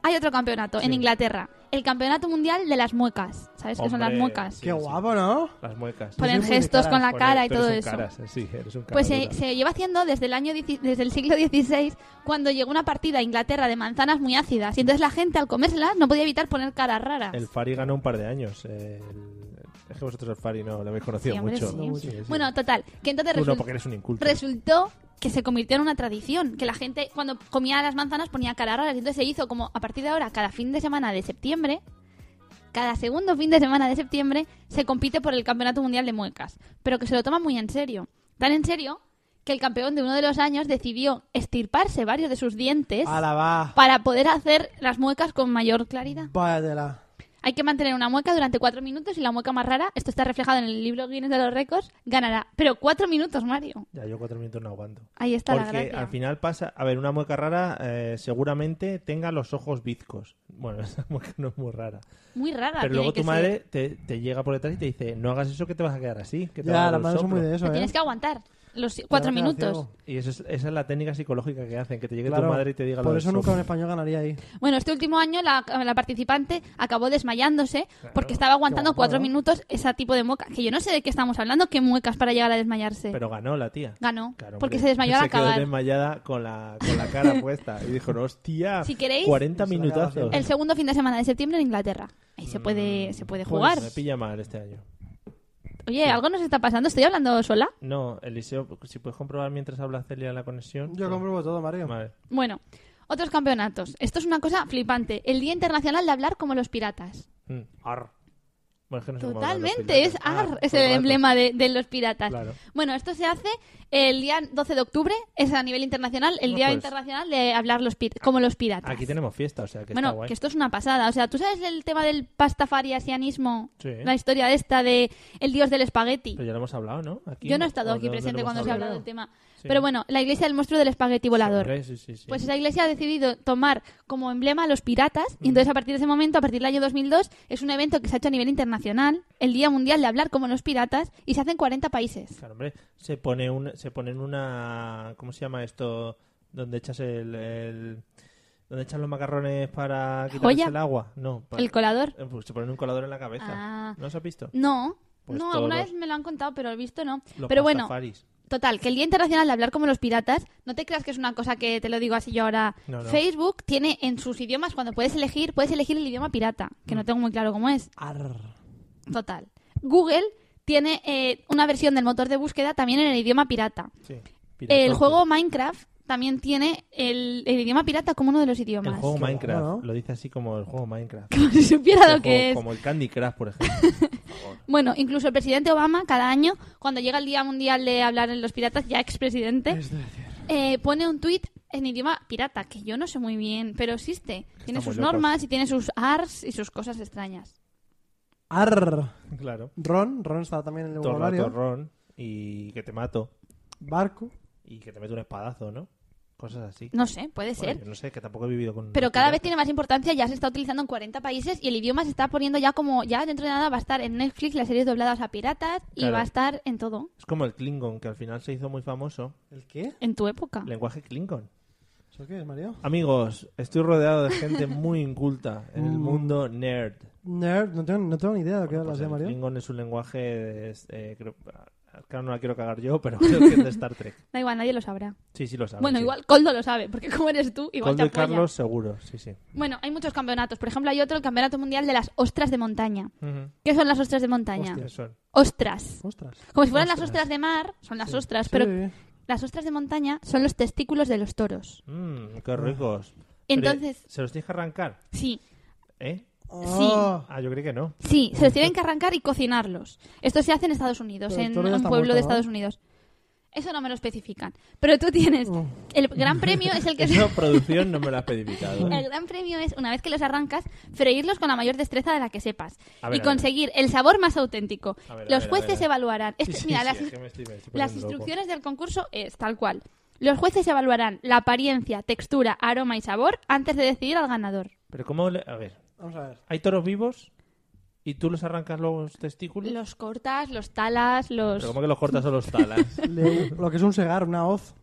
Speaker 3: hay otro campeonato en
Speaker 1: Sí.
Speaker 3: Inglaterra. El campeonato mundial de las muecas. ¿Sabes qué son las
Speaker 1: Hombre,
Speaker 3: muecas?
Speaker 1: sí,
Speaker 2: Qué
Speaker 1: sí.
Speaker 2: guapo, ¿no?
Speaker 1: Las muecas.
Speaker 3: Ponen
Speaker 2: Yo soy muy de
Speaker 3: gestos con la
Speaker 1: Poner-
Speaker 3: cara y
Speaker 1: tú
Speaker 3: todo
Speaker 1: eres
Speaker 3: eso.
Speaker 1: un caras, sí, eres un
Speaker 3: Pues se,
Speaker 1: caradura.
Speaker 3: se lleva haciendo desde el año dieci- desde el siglo XVI, cuando llegó una partida a Inglaterra de manzanas muy ácidas. Y entonces la gente al comérselas no podía evitar poner caras raras.
Speaker 1: El Fari ganó un par de años. eh, el- Es que vosotros el Fari no lo habéis conocido
Speaker 3: Sí, hombre,
Speaker 1: mucho.
Speaker 3: sí.
Speaker 1: No, sí, sí.
Speaker 3: Bueno, total, que entonces
Speaker 1: Tú no,
Speaker 3: result-
Speaker 1: porque eres un inculto.
Speaker 3: resultó que se convirtió en una tradición, que la gente cuando comía las manzanas ponía caras raras. Y entonces se hizo como a partir de ahora, cada fin de semana de septiembre, cada segundo fin de semana de septiembre, se compite por el Campeonato Mundial de Muecas. Pero que se lo toma muy en serio. Tan en serio que el campeón de uno de los años decidió estirparse varios de sus dientes.
Speaker 2: Ala, va.
Speaker 3: para poder hacer las muecas con mayor claridad.
Speaker 2: Váyatela.
Speaker 3: Hay que mantener una mueca durante cuatro minutos y la mueca más rara, esto está reflejado en el libro Guinness de los Récords, ganará. Pero cuatro minutos, Mario.
Speaker 1: Ya, yo cuatro minutos no aguanto.
Speaker 3: Ahí está la
Speaker 1: Porque
Speaker 3: gracia.
Speaker 1: al final pasa, a ver, una mueca rara eh, seguramente tenga los ojos bizcos. Bueno, esa mueca no es muy rara.
Speaker 3: Muy rara.
Speaker 1: Pero
Speaker 3: Ah, tiene
Speaker 1: luego
Speaker 3: que
Speaker 1: tu
Speaker 3: ser.
Speaker 1: madre te, te llega por detrás y te dice, no hagas eso que te vas a quedar así. Que te va a
Speaker 2: Ya,
Speaker 1: dar
Speaker 2: las
Speaker 1: un
Speaker 2: manos son
Speaker 1: soplo".
Speaker 2: muy de eso,
Speaker 3: Te
Speaker 2: ¿eh?
Speaker 3: tienes que aguantar los cuatro
Speaker 2: Ya me queda
Speaker 3: minutos.
Speaker 2: ciego.
Speaker 1: Y eso es- esa es la técnica psicológica que hacen, que te llegue
Speaker 2: Claro,
Speaker 1: tu madre y te diga lo
Speaker 2: Por
Speaker 1: del
Speaker 2: eso nunca un
Speaker 1: soplo.
Speaker 2: español ganaría ahí.
Speaker 3: Bueno, este último año la, la participante acabó desmayándose porque estaba aguantando
Speaker 2: guapo,
Speaker 3: cuatro
Speaker 2: ¿no?
Speaker 3: minutos ese tipo de mueca. Que yo no sé de qué estamos hablando, qué muecas para llegar a desmayarse.
Speaker 1: Pero ganó la tía.
Speaker 3: Ganó,
Speaker 1: Claro,
Speaker 3: porque
Speaker 1: hombre.
Speaker 3: se desmayó al
Speaker 1: Se quedó
Speaker 3: acabar.
Speaker 1: desmayada con la, con la cara puesta. Y dijo, hostia,
Speaker 3: Si queréis-
Speaker 1: 40
Speaker 2: Se la acaba
Speaker 1: minutazos.
Speaker 2: haciendo.
Speaker 3: El segundo fin de semana de septiembre en Inglaterra. Ahí se puede, se puede
Speaker 1: Pues,
Speaker 3: jugar.
Speaker 1: me pilla mal este año.
Speaker 3: Oye, ¿algo nos está pasando? ¿Estoy hablando sola?
Speaker 1: No, Eliseo, si puedes comprobar mientras habla Celia la conexión.
Speaker 2: Yo compruebo todo, Mario.
Speaker 1: Vale.
Speaker 3: Bueno, otros campeonatos. Esto es una cosa flipante. El Día Internacional de Hablar como los Piratas.
Speaker 1: Mm, Ar. Bueno, es que no sé cómo hablan los
Speaker 3: Totalmente, es
Speaker 1: piratas.
Speaker 3: AR,
Speaker 1: Ah,
Speaker 3: es
Speaker 1: todo
Speaker 3: el
Speaker 1: rato.
Speaker 3: emblema de, de los piratas.
Speaker 1: Claro.
Speaker 3: Bueno, esto se hace el día 12 de octubre, es a nivel internacional, el
Speaker 1: Ah,
Speaker 3: Día
Speaker 1: pues.
Speaker 3: Internacional de Hablar los pir- como los Piratas.
Speaker 1: Aquí tenemos fiesta, o sea que está
Speaker 3: bueno,
Speaker 1: guay.
Speaker 3: que esto es una pasada. O sea, ¿tú sabes el tema del pastafariasianismo?
Speaker 1: Sí.
Speaker 3: La historia esta de el dios del espagueti.
Speaker 1: Pero ya lo hemos hablado, ¿no? Aquí,
Speaker 3: Yo no he
Speaker 1: ¿O
Speaker 3: estado aquí
Speaker 1: dónde
Speaker 3: presente
Speaker 1: lo hemos
Speaker 3: cuando se ha hablado
Speaker 1: hablado?
Speaker 3: del tema.
Speaker 1: Sí.
Speaker 3: Pero bueno, la iglesia del monstruo del espagueti volador.
Speaker 1: Hombre, sí, sí, sí.
Speaker 3: Pues esa iglesia ha decidido tomar como emblema a los piratas y entonces a partir de ese momento, a partir del año 2002, es un evento que se ha hecho a nivel internacional, el Día Mundial de Hablar como los Piratas, y se hace en 40 países.
Speaker 1: Claro, hombre, se pone un, se ponen una, ¿cómo se llama esto? Donde echas el, el- donde echan los macarrones para quitarles
Speaker 3: joya?
Speaker 1: el agua. No, para-
Speaker 3: ¿El colador?
Speaker 1: Eh, pues se ponen un colador en la cabeza.
Speaker 3: Ah.
Speaker 1: ¿No os has visto?
Speaker 3: No,
Speaker 1: Pues
Speaker 3: no, alguna
Speaker 1: todos.
Speaker 3: vez me lo han contado, pero he visto no.
Speaker 1: Los
Speaker 3: pero bueno,
Speaker 1: pastafaris.
Speaker 3: Total, que el Día Internacional de Hablar como los Piratas, no te creas que es una cosa que te lo digo así yo ahora.
Speaker 1: No, no.
Speaker 3: Facebook tiene en sus idiomas, cuando puedes elegir, puedes elegir el idioma pirata, que
Speaker 1: Mm.
Speaker 3: no tengo muy claro cómo es.
Speaker 2: Arr.
Speaker 3: Total. Google tiene eh, una versión del motor de búsqueda también en el idioma pirata.
Speaker 1: Sí.
Speaker 3: El juego Minecraft también tiene el, el idioma pirata como uno de los idiomas.
Speaker 1: El juego
Speaker 2: Qué
Speaker 1: Minecraft.
Speaker 2: bueno.
Speaker 1: Lo dice así como el juego Minecraft.
Speaker 3: Como si supiera
Speaker 1: El
Speaker 3: lo que
Speaker 1: juego-
Speaker 3: es.
Speaker 1: Como el Candy Crush, por ejemplo.
Speaker 3: Bueno, incluso el presidente Obama, cada año, cuando llega el Día Mundial de Hablar en los Piratas, ya expresidente, eh, pone un tuit en idioma pirata, que yo no sé muy bien, pero existe. Tiene
Speaker 1: Estamos
Speaker 3: sus
Speaker 1: locos.
Speaker 3: normas y tiene sus ars y sus cosas extrañas.
Speaker 2: Arr.
Speaker 1: claro.
Speaker 2: Ron, Ron está también en el
Speaker 1: Todo el rato
Speaker 2: vocabulario.
Speaker 1: ron y que te mato
Speaker 2: Barco.
Speaker 1: y que te meto un espadazo, ¿no? Cosas así.
Speaker 3: No sé, puede ser.
Speaker 1: Bueno, yo no sé, que tampoco he vivido con...
Speaker 3: Pero cada vez
Speaker 1: piratas.
Speaker 3: tiene más importancia, ya se está utilizando en 40 países y el idioma se está poniendo ya como, ya dentro de nada va a estar en Netflix las series dobladas a piratas y
Speaker 1: Claro.
Speaker 3: va a estar en todo,
Speaker 1: Es como el Klingon, que al final se hizo muy famoso.
Speaker 2: ¿El qué?
Speaker 3: en tu época.
Speaker 1: Lenguaje Klingon.
Speaker 2: ¿Eso qué es, Mario?
Speaker 1: Amigos, estoy rodeado de gente muy inculta en el
Speaker 2: Mm.
Speaker 1: mundo nerd.
Speaker 2: Nerd. No tengo, no tengo ni idea de lo que
Speaker 1: Bueno,
Speaker 2: hablas
Speaker 1: pues
Speaker 2: de
Speaker 1: el
Speaker 2: Mario.
Speaker 1: Klingon es un lenguaje... es, eh, creo- claro, no la quiero cagar yo, pero creo que es de Star Trek.
Speaker 3: Da igual, nadie lo sabrá.
Speaker 1: Sí, sí lo sabes.
Speaker 3: bueno,
Speaker 1: sí.
Speaker 3: igual Coldo lo sabe, porque como eres tú, igual
Speaker 1: Coldo
Speaker 3: te
Speaker 1: y
Speaker 3: apoya.
Speaker 1: Carlos seguro, sí, sí.
Speaker 3: Bueno, hay muchos campeonatos. Por ejemplo, hay otro, el Campeonato Mundial de las Ostras de Montaña.
Speaker 1: Ujú.
Speaker 3: ¿Qué son las ostras de montaña?
Speaker 1: ¿Qué son?
Speaker 3: Ostras.
Speaker 2: Ostras.
Speaker 3: Como si fueran las
Speaker 1: Ostras.
Speaker 3: ostras de mar, son las ostras, pero
Speaker 2: Sí.
Speaker 3: las ostras de montaña son los testículos de los toros.
Speaker 1: Mm, qué ricos.
Speaker 3: Ah. Entonces-
Speaker 1: Pero, ¿Se los tienes que arrancar?
Speaker 3: Sí,
Speaker 1: ¿Eh?
Speaker 2: Ah,
Speaker 1: Ah, yo creí que no.
Speaker 3: sí, se los tienen que arrancar y cocinarlos. Esto se hace en Estados Unidos,
Speaker 2: Pero el
Speaker 3: en
Speaker 2: toro ya
Speaker 3: un
Speaker 2: está
Speaker 3: pueblo de
Speaker 2: muerto, ¿no?
Speaker 3: Estados Unidos. Eso no me lo especifican. Pero tú tienes.
Speaker 2: Oh.
Speaker 3: El gran premio es el que.
Speaker 1: Eso producción no me lo has especificado.
Speaker 3: El gran premio es, una vez que los arrancas, freírlos con la mayor destreza de la que sepas
Speaker 1: A ver,
Speaker 3: y
Speaker 1: a ver.
Speaker 3: conseguir el sabor más auténtico.
Speaker 1: A ver, a
Speaker 3: los
Speaker 1: ver, a
Speaker 3: jueces
Speaker 1: ver.
Speaker 3: evaluarán. Es
Speaker 1: Sí,
Speaker 3: que,
Speaker 1: sí,
Speaker 3: mira,
Speaker 1: sí,
Speaker 3: las,
Speaker 1: es que me estoy- me estoy
Speaker 3: las
Speaker 1: poniendo loco.
Speaker 3: instrucciones del concurso es tal cual. Los jueces evaluarán la apariencia, textura, aroma y sabor antes de decidir al ganador.
Speaker 1: Pero cómo... le- A ver,
Speaker 2: Vamos a ver.
Speaker 1: ¿hay toros vivos? ¿Y tú los arrancas los testículos?
Speaker 3: Los cortas, los talas, los...
Speaker 1: Pero ¿cómo que los cortas o los talas?
Speaker 2: Le- lo que es un segar, una hoz.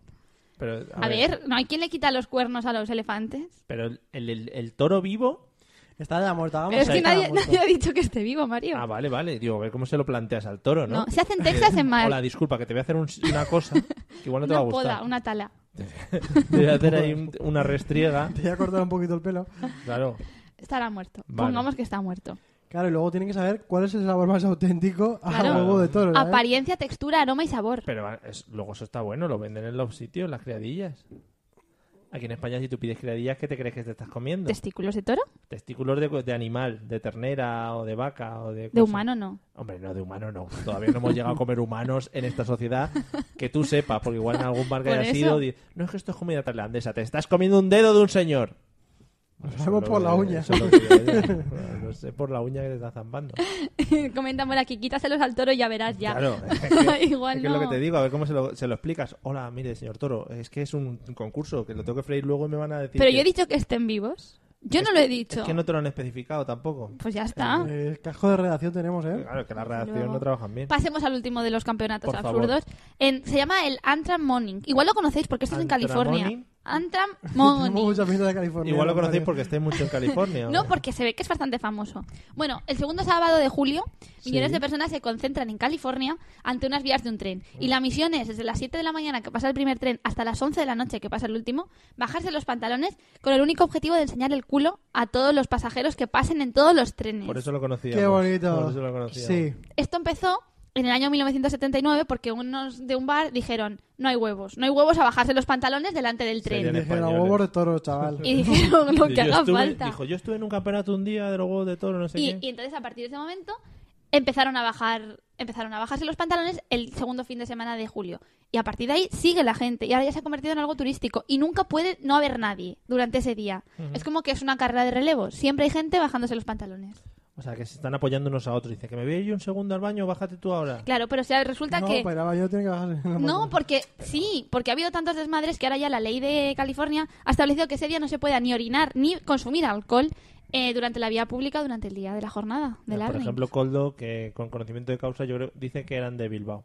Speaker 1: Pero,
Speaker 3: A, ver, ¿no hay quien le quita los cuernos a los elefantes?
Speaker 1: Pero el, el- el toro vivo...
Speaker 2: Está ya muerta, vamos.
Speaker 3: Pero es
Speaker 2: ahí
Speaker 3: que
Speaker 2: está
Speaker 3: nadie,
Speaker 2: muerta.
Speaker 3: nadie ha dicho que esté vivo, Mario.
Speaker 1: Ah, vale, vale. Digo, a ver cómo se lo planteas al toro, ¿no?
Speaker 3: no. se hace en Texas en mar.
Speaker 1: Hola, disculpa, que te voy a hacer un- una cosa que igual no te va a
Speaker 3: una
Speaker 1: gustar.
Speaker 3: poda, una tala.
Speaker 1: Te voy a hacer ahí un- una restriega.
Speaker 2: Te voy a cortar un poquito el pelo.
Speaker 1: Claro.
Speaker 3: Estará muerto.
Speaker 1: Vale.
Speaker 3: Pongamos que está muerto.
Speaker 2: Claro, y luego tienen que saber cuál es el sabor más auténtico a
Speaker 3: Claro.
Speaker 2: huevo de toro. ¿eh?
Speaker 3: Apariencia, textura, aroma y sabor.
Speaker 1: Pero ah, es- luego eso está bueno, lo venden en los sitios, las criadillas. Aquí en España, si tú pides criadillas, ¿qué te crees que te estás comiendo?
Speaker 3: ¿Testículos de toro?
Speaker 1: Testículos de, de animal, de ternera o de vaca o de...
Speaker 3: De
Speaker 1: cosa.
Speaker 3: humano no.
Speaker 1: Hombre, no, de humano no. Todavía no hemos llegado a comer humanos en esta sociedad que tú sepas, porque igual en algún bar que
Speaker 3: Por
Speaker 1: hayas
Speaker 3: eso.
Speaker 1: ido, di- no es que esto es comida tailandesa, te estás comiendo un dedo de un señor. Eso
Speaker 2: vemos
Speaker 1: lo-
Speaker 2: por la uña.
Speaker 1: eso lo digo yo. Lo sé por la uña que te está zambando.
Speaker 3: Comentan por aquí, quítaselos al toro y ya verás ya.
Speaker 1: Claro, es que-
Speaker 3: Igual
Speaker 1: es que
Speaker 3: no.
Speaker 1: es lo que te digo, a ver cómo se lo, se lo explicas. Hola, mire, señor Toro, es que es un concurso que lo tengo que freír luego y me van a decir.
Speaker 3: Pero
Speaker 1: que-
Speaker 3: yo he dicho que estén vivos. Yo no lo he dicho.
Speaker 1: Es que no te lo han especificado tampoco.
Speaker 3: Pues ya está.
Speaker 2: Eh, cajo de redacción tenemos, ¿eh?
Speaker 1: Claro, que la redacción
Speaker 3: luego.
Speaker 1: no trabajan bien.
Speaker 3: Pasemos al último de los campeonatos
Speaker 1: Por favor.
Speaker 3: absurdos. En- se llama el Antram Morning. Igual lo conocéis porque esto es en California.
Speaker 1: ¿Antramoning?
Speaker 3: Antram
Speaker 2: Tenemos
Speaker 3: Morning.
Speaker 2: mucha pinta de California.
Speaker 1: Igual lo
Speaker 2: Mario.
Speaker 1: conocéis porque estáis mucho en California.
Speaker 3: No, porque se ve que es bastante famoso. Bueno, el segundo sábado de julio, millones de personas se concentran en California ante unas vías de un tren. Y la misión es, desde las 7 de la mañana que pasa el primer tren hasta las 11 de la noche que pasa el último, bajarse los pantalones con el único objetivo de enseñar el culo a todos los pasajeros que pasen en todos los trenes.
Speaker 1: Por eso lo conocíamos.
Speaker 2: Qué bonito.
Speaker 1: Por eso lo conocíamos.
Speaker 2: sí.
Speaker 3: Esto empezó en el año 1979 porque unos de un bar dijeron, no hay huevos, no hay huevos a bajarse los pantalones delante del
Speaker 1: Serían
Speaker 3: tren.
Speaker 1: en
Speaker 2: Dijeron,
Speaker 1: españoles.
Speaker 2: huevos de toro, chaval.
Speaker 3: Y dijeron
Speaker 1: Y
Speaker 3: lo que
Speaker 1: yo
Speaker 3: haga
Speaker 1: estuve-
Speaker 3: falta.
Speaker 1: Dijo, yo estuve en un campeonato un día de los huevos de toro, no sé
Speaker 3: Y,
Speaker 1: qué.
Speaker 3: y entonces a partir de ese momento empezaron a bajar, empezaron a bajarse los pantalones el segundo fin de semana de julio. Y a partir de ahí sigue la gente. Y ahora ya se ha convertido en algo turístico. Y nunca puede no haber nadie durante ese día. Es como que es una carrera de relevos. Siempre hay gente bajándose los pantalones.
Speaker 1: O sea, que se están apoyando unos a otros. Dice, que me voy a ir un segundo al baño, bájate tú ahora.
Speaker 3: Claro, pero o sea, resulta
Speaker 2: no, pues
Speaker 3: que.
Speaker 2: para ir al baño tiene que bajarse.
Speaker 3: No, porque sí, porque ha habido tantos desmadres que ahora ya la ley de California ha establecido que ese día no se pueda ni orinar ni consumir alcohol eh, durante la vía pública durante el día de la jornada del
Speaker 1: Por
Speaker 3: Arning.
Speaker 1: ejemplo, Coldo, que con conocimiento de causa, yo creo, dice que eran de Bilbao.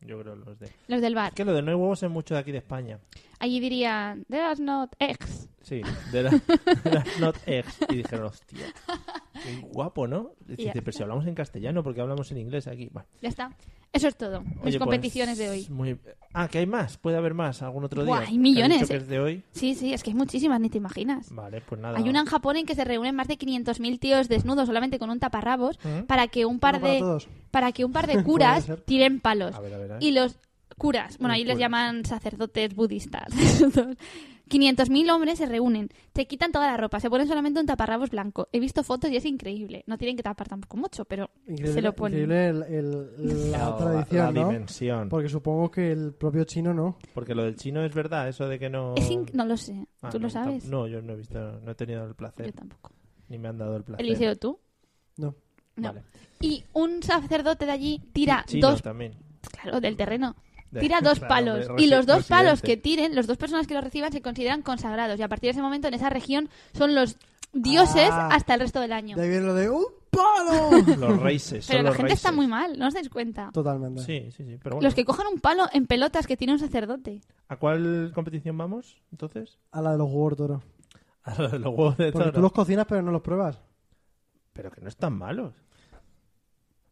Speaker 1: Yo creo los de... Es
Speaker 3: Los del bar.
Speaker 1: que lo de no hay huevos es mucho de aquí de España.
Speaker 3: Allí dirían, there's not eggs.
Speaker 1: Sí, de, la- de las not eggs. Y dijeron, hostia. Qué guapo, ¿no? Y
Speaker 3: Ya
Speaker 1: dice, pero si hablamos en castellano, porque hablamos en inglés aquí. Bueno.
Speaker 3: Ya está. Eso es todo. Mis
Speaker 1: Oye, pues,
Speaker 3: competiciones de hoy.
Speaker 1: muy- Ah, que hay más. Puede haber más algún otro día.
Speaker 3: Buah, hay
Speaker 1: ¿Que has
Speaker 3: millones,
Speaker 1: dicho que
Speaker 3: eh.
Speaker 1: es de hoy.
Speaker 3: Sí, sí, es que hay muchísimas, ni te imaginas.
Speaker 1: Vale, pues nada.
Speaker 3: Hay una en Japón en que se reúnen más de 500.000 tíos desnudos solamente con un taparrabos
Speaker 1: ¿Mm?
Speaker 3: para que un par
Speaker 2: Uno para
Speaker 3: de
Speaker 2: todos.
Speaker 3: para que un par de curas
Speaker 2: Puede ser.
Speaker 3: tiren palos.
Speaker 1: A ver, a ver, a ver.
Speaker 3: Y los curas, bueno, ahí les
Speaker 1: curas.
Speaker 3: llaman sacerdotes budistas. 500.000 hombres se reúnen, se quitan toda la ropa, se ponen solamente un taparrabos blanco. He visto fotos y es increíble. No tienen que tapar tampoco mucho, pero
Speaker 2: Increíble,
Speaker 3: se lo ponen.
Speaker 2: increíble el- el- la, tradición,
Speaker 1: la
Speaker 2: ¿no?
Speaker 1: dimensión.
Speaker 2: Porque supongo que el propio chino no.
Speaker 1: Porque lo del chino es verdad, eso de que no...
Speaker 3: Es inc- no lo sé.
Speaker 1: Ah,
Speaker 3: ¿Tú
Speaker 1: no,
Speaker 3: lo
Speaker 1: tam-
Speaker 3: sabes?
Speaker 1: No, yo no he visto, no he tenido el
Speaker 3: Yo
Speaker 1: placer,
Speaker 3: tampoco.
Speaker 1: ni me han dado el placer.
Speaker 3: Eliseo, ¿tú?
Speaker 2: No.
Speaker 3: No.
Speaker 1: Vale.
Speaker 3: Y un sacerdote de allí tira
Speaker 1: Chino
Speaker 3: dos
Speaker 1: también.
Speaker 3: Claro, del terreno.
Speaker 1: De-
Speaker 3: Tira dos
Speaker 1: Claro,
Speaker 3: palos.
Speaker 1: hombre,
Speaker 3: y
Speaker 1: resi-
Speaker 3: los dos
Speaker 1: residente.
Speaker 3: palos que tiren, las dos personas que los reciban se consideran consagrados. Y a partir de ese momento en esa región son los dioses
Speaker 2: Ah.
Speaker 3: hasta el resto del año.
Speaker 2: De ahí viene lo de ¡Un palo!
Speaker 1: Los races, son
Speaker 3: Pero la
Speaker 1: los
Speaker 3: gente está
Speaker 1: races.
Speaker 3: muy mal, no os dais cuenta.
Speaker 2: Totalmente.
Speaker 1: Sí, sí, sí, pero bueno.
Speaker 3: Los que cojan un palo en pelotas que tiene un sacerdote.
Speaker 1: ¿A cuál competición vamos, entonces?
Speaker 2: A la de los huevos de toro.
Speaker 1: A la de los huevos de
Speaker 2: Porque
Speaker 1: toro.
Speaker 2: tú los cocinas pero no los pruebas.
Speaker 1: Pero que no están malos.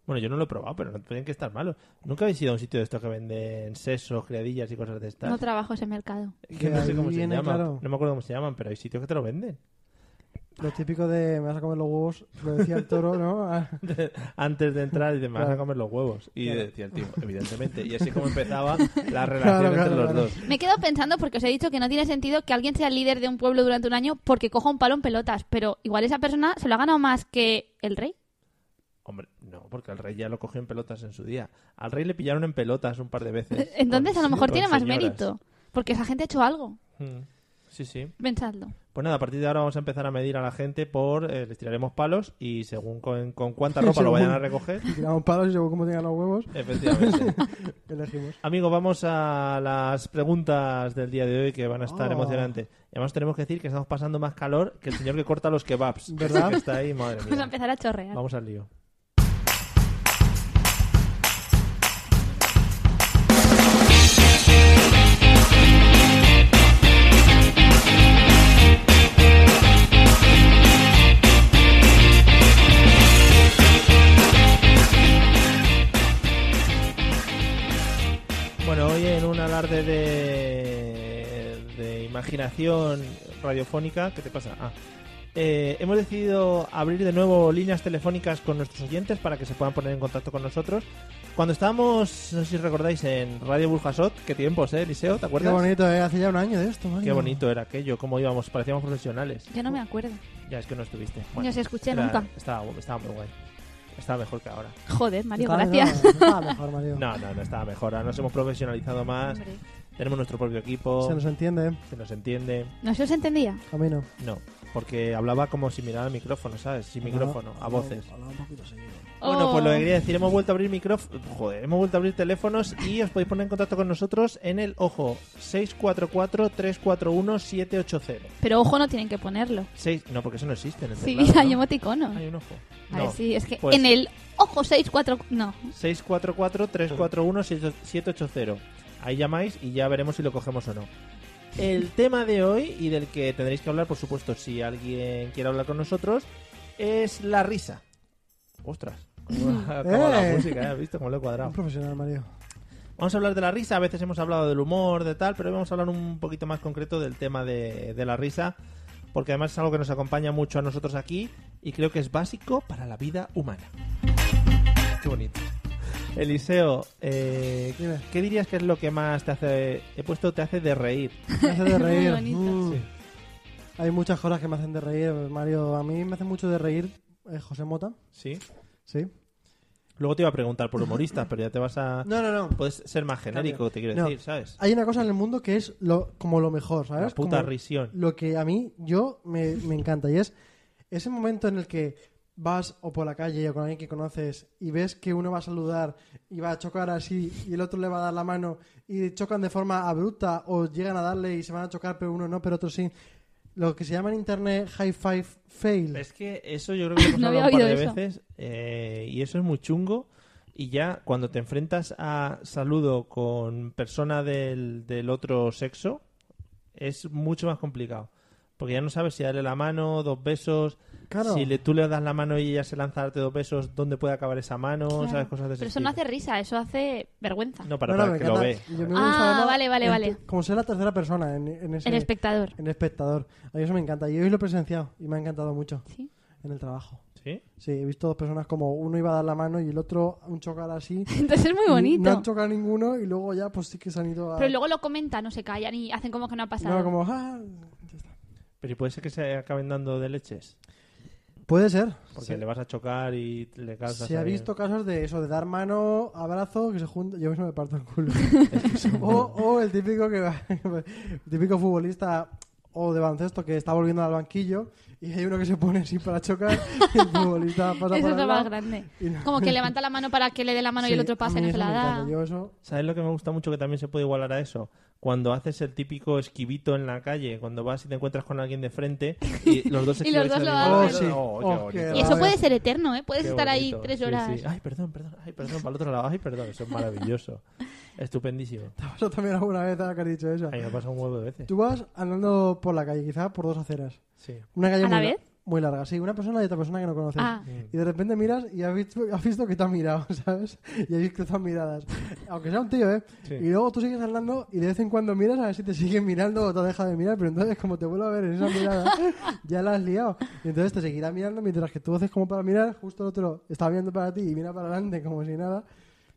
Speaker 1: Bueno, yo no lo he probado, pero no tienen que estar malos. ¿Nunca habéis ido a un sitio de estos que venden sesos, criadillas y cosas de estas?
Speaker 3: No trabajo ese mercado.
Speaker 1: Es que no
Speaker 2: De
Speaker 1: sé
Speaker 2: ahí
Speaker 1: cómo se
Speaker 2: viene,
Speaker 1: llaman.
Speaker 2: claro.
Speaker 1: No me acuerdo cómo se llaman, pero hay sitios que te lo venden.
Speaker 2: Lo típico de me vas a comer los huevos, lo decía el toro, ¿no? Ah,
Speaker 1: Antes de entrar y demás, a
Speaker 2: Claro.
Speaker 1: comer los huevos. Y
Speaker 2: Claro.
Speaker 1: decía el tío, evidentemente. Y así como empezaba la relación
Speaker 2: Claro,
Speaker 1: entre
Speaker 2: claro,
Speaker 1: los
Speaker 2: claro.
Speaker 1: dos.
Speaker 3: Me quedo pensando porque os he dicho que no tiene sentido que alguien sea líder de un pueblo durante un año porque coja un palo en pelotas. Pero igual esa persona se lo ha ganado más que el rey.
Speaker 1: Hombre, no, porque al rey ya lo cogió en pelotas en su día. Al rey le pillaron en pelotas un par de veces.
Speaker 3: Entonces
Speaker 1: Con-
Speaker 3: a lo mejor
Speaker 1: con
Speaker 3: tiene más
Speaker 1: señoras.
Speaker 3: mérito. Porque esa gente ha hecho algo.
Speaker 1: Mm. Sí, sí.
Speaker 3: Pensadlo.
Speaker 1: Pues nada, a partir de ahora vamos a empezar a medir a la gente por... eh, les tiraremos palos y según con, con cuánta ropa lo
Speaker 2: Según-
Speaker 1: vayan a recoger,
Speaker 2: y tiramos palos y según cómo tengan los huevos,
Speaker 1: efectivamente.
Speaker 2: elegimos.
Speaker 1: Amigos, vamos a las preguntas del día de hoy que van a estar
Speaker 2: Oh.
Speaker 1: emocionantes. Y además tenemos que decir que estamos pasando más calor que el señor que corta los kebabs.
Speaker 2: ¿Verdad?
Speaker 1: Que está ahí, madre
Speaker 3: Vamos a
Speaker 1: mía.
Speaker 3: empezar a chorrear.
Speaker 1: Vamos al lío. Bueno, hoy en un alarde de, de imaginación radiofónica, ¿qué te pasa? Ah. Eh, hemos decidido abrir de nuevo líneas telefónicas con nuestros oyentes para que se puedan poner en contacto con nosotros. Cuando estábamos, no sé si recordáis, en Radio Burjasot, qué tiempos, ¿eh, Eliseo? ¿Te
Speaker 2: Qué
Speaker 1: acuerdas?
Speaker 2: bonito, ¿eh? Hace ya un año de esto, Mario.
Speaker 1: Qué bonito era aquello, cómo íbamos, parecíamos profesionales.
Speaker 3: Yo no me acuerdo.
Speaker 1: Ya es que no estuviste.
Speaker 3: Ni os escuché
Speaker 1: era-
Speaker 3: nunca.
Speaker 1: Estaba, estaba muy guay. Estaba mejor que ahora.
Speaker 3: Joder, Mario,
Speaker 2: Estaba-
Speaker 3: gracias.
Speaker 2: no, estaba mejor, Mario.
Speaker 1: No, no, no estaba mejor. Ahora nos hemos profesionalizado más.
Speaker 3: Hombre,
Speaker 1: Tenemos nuestro propio equipo.
Speaker 2: Se nos entiende, ¿eh?
Speaker 1: se nos entiende.
Speaker 3: ¿No se os entendía?
Speaker 2: A mí no.
Speaker 1: No, porque hablaba como si mirara al micrófono, ¿sabes? Sin micrófono, a voces.
Speaker 2: Hablaba un poquito seguido.
Speaker 1: Bueno, pues lo que
Speaker 3: Oh.
Speaker 1: quería decir, hemos vuelto a abrir micrófono. Joder, hemos vuelto a abrir teléfonos y os podéis poner en contacto con nosotros en el ojo 644-341-780.
Speaker 3: Pero ojo, no tienen que ponerlo.
Speaker 1: Seis- No, porque eso no existe en el
Speaker 3: Sí,
Speaker 1: teclado,
Speaker 3: hay
Speaker 1: Pues ¿no?
Speaker 3: emoticonos.
Speaker 1: Hay un ojo.
Speaker 3: A ver,
Speaker 1: No,
Speaker 3: sí, es que
Speaker 1: pues-
Speaker 3: en el ojo 64... No,
Speaker 1: 644-341-780. Ahí llamáis y ya veremos si lo cogemos o no. El tema de hoy y del que tendréis que hablar, por supuesto, si alguien quiere hablar con nosotros, es la risa. Ostras, cómo ha acabado la
Speaker 2: Eh.
Speaker 1: música, ¿eh? ¿Has visto cómo lo he cuadrado?
Speaker 2: Un profesional, Mario.
Speaker 1: Vamos a hablar de la risa, a veces hemos hablado del humor, de tal, pero hoy vamos a hablar un poquito más concreto del tema de, de la risa, porque además es algo que nos acompaña mucho a nosotros aquí y creo que es básico para la vida humana. Qué bonito. Eliseo, eh,
Speaker 2: Dime.
Speaker 1: ¿qué dirías que es lo que más te hace, he puesto, te hace de reír?
Speaker 2: Me hace de
Speaker 3: Muy
Speaker 2: reír.
Speaker 3: bonito.
Speaker 2: Mm. Hay muchas cosas que me hacen de reír, Mario. A mí me hace mucho de reír eh, José Mota.
Speaker 1: Sí.
Speaker 2: Sí.
Speaker 1: Luego te iba a preguntar por humoristas, pero ya te vas a...
Speaker 2: No, no, no.
Speaker 1: Puedes ser más genérico, te quiero
Speaker 2: No.
Speaker 1: decir, ¿sabes?
Speaker 2: Hay una cosa en el mundo que es lo, como lo mejor, ¿sabes?
Speaker 1: La puta
Speaker 2: Como
Speaker 1: risión.
Speaker 2: Lo que a mí, yo, me, me encanta. Y es ese momento en el que vas o por la calle o con alguien que conoces y ves que uno va a saludar y va a chocar así y el otro le va a dar la mano y chocan de forma abrupta o llegan a darle y se van a chocar pero uno no, pero otro sí. Lo que se llama en internet high five fail.
Speaker 1: Es que eso yo creo que lo hemos
Speaker 3: No había
Speaker 1: hablado un par de
Speaker 3: oído eso.
Speaker 1: veces eh, y eso es muy chungo. Y ya cuando te enfrentas a saludo con persona del, del otro sexo, es mucho más complicado. Porque ya no sabes si darle la mano, dos besos.
Speaker 2: Claro.
Speaker 1: Si le, tú le das la mano y ella se lanza a darte dos besos, ¿dónde puede acabar esa mano? ¿Sabes? Cosas de ese
Speaker 3: Pero eso no hace
Speaker 1: estilo.
Speaker 3: risa, eso hace vergüenza.
Speaker 1: No, para,
Speaker 2: No, no,
Speaker 1: para
Speaker 2: me
Speaker 1: que lo ve.
Speaker 2: encanta. Yo me
Speaker 3: Ah,
Speaker 2: gusta, además,
Speaker 3: vale, vale,
Speaker 2: el-
Speaker 3: vale.
Speaker 2: Como ser la tercera persona en, en ese...
Speaker 3: El espectador.
Speaker 2: en espectador. A mí eso me encanta. Y hoy lo he presenciado y me ha encantado mucho
Speaker 3: Sí.
Speaker 2: en el trabajo.
Speaker 1: ¿Sí?
Speaker 2: Sí, he visto dos personas como uno iba a dar la mano y el otro un chocar así.
Speaker 3: Entonces es muy
Speaker 2: No
Speaker 3: bonito.
Speaker 2: han chocado ninguno y luego ya pues sí que se han ido a...
Speaker 3: Pero luego lo comentan, no se callan y hacen como que no ha pasado.
Speaker 2: No, como... "Ah", ya está.
Speaker 1: Pero ¿y puede ser que se acaben dando de leches.
Speaker 2: Puede ser.
Speaker 1: Porque
Speaker 2: Sí.
Speaker 1: le vas a chocar y le calzas.
Speaker 2: Se ha
Speaker 1: ahí.
Speaker 2: visto casos de eso, de dar mano, abrazo, que se junta. Yo mismo me parto el culo. o, o el típico que va- el típico futbolista o de baloncesto que está volviendo al banquillo y hay uno que se pone así para chocar y el futbolista pasa por
Speaker 3: Eso es
Speaker 2: al
Speaker 3: lo
Speaker 2: lado
Speaker 3: más grande.
Speaker 2: y no-
Speaker 3: Como que levanta la mano para que le dé la mano y el
Speaker 2: Sí,
Speaker 3: otro
Speaker 2: a
Speaker 3: pasa y
Speaker 2: mí
Speaker 3: no
Speaker 2: eso
Speaker 3: se la
Speaker 2: me
Speaker 3: da.
Speaker 2: encanta. Yo eso...
Speaker 1: ¿Sabes lo que me gusta mucho que también se puede igualar a eso? Cuando haces el típico esquivito en la calle, cuando vas y te encuentras con alguien de frente y los dos se
Speaker 3: Y los
Speaker 1: esquivan
Speaker 3: dos
Speaker 1: se
Speaker 3: lo
Speaker 1: miran. qué
Speaker 2: Oh, sí.
Speaker 3: hacen.
Speaker 2: Oh,
Speaker 1: bonito.
Speaker 2: qué
Speaker 3: Y
Speaker 2: Ah,
Speaker 3: eso puede
Speaker 2: ves.
Speaker 3: ser eterno, ¿eh? Puedes
Speaker 1: Qué
Speaker 3: estar ahí
Speaker 1: bonito.
Speaker 3: tres
Speaker 1: Sí,
Speaker 3: horas.
Speaker 1: sí. Ay, perdón, perdón, ay, perdón, para el otro lado, ay, perdón, eso es maravilloso. Estupendísimo.
Speaker 2: ¿Te ha pasado también alguna vez ahora que has dicho eso?
Speaker 1: Ay, me ha pasado un huevo de veces.
Speaker 2: Tú vas andando por la calle, quizá por dos aceras.
Speaker 1: Sí.
Speaker 2: Una calle
Speaker 3: ¿A la
Speaker 2: muy, la-
Speaker 3: vez?
Speaker 2: muy larga, sí, una persona y otra persona que no conoces.
Speaker 3: Ah.
Speaker 1: Mm.
Speaker 2: Y de repente miras y has visto, has visto que te ha mirado, ¿sabes? Y has visto estas miradas. Aunque sea un tío, ¿eh?
Speaker 1: Sí.
Speaker 2: Y luego tú sigues hablando y de vez en cuando miras a ver si te siguen mirando o te deja de mirar, pero entonces como te vuelvo a ver en esa mirada, ya la has liado. Y entonces te seguirá mirando mientras que tú haces como para mirar, justo el otro está mirando para ti y mira para adelante como si nada.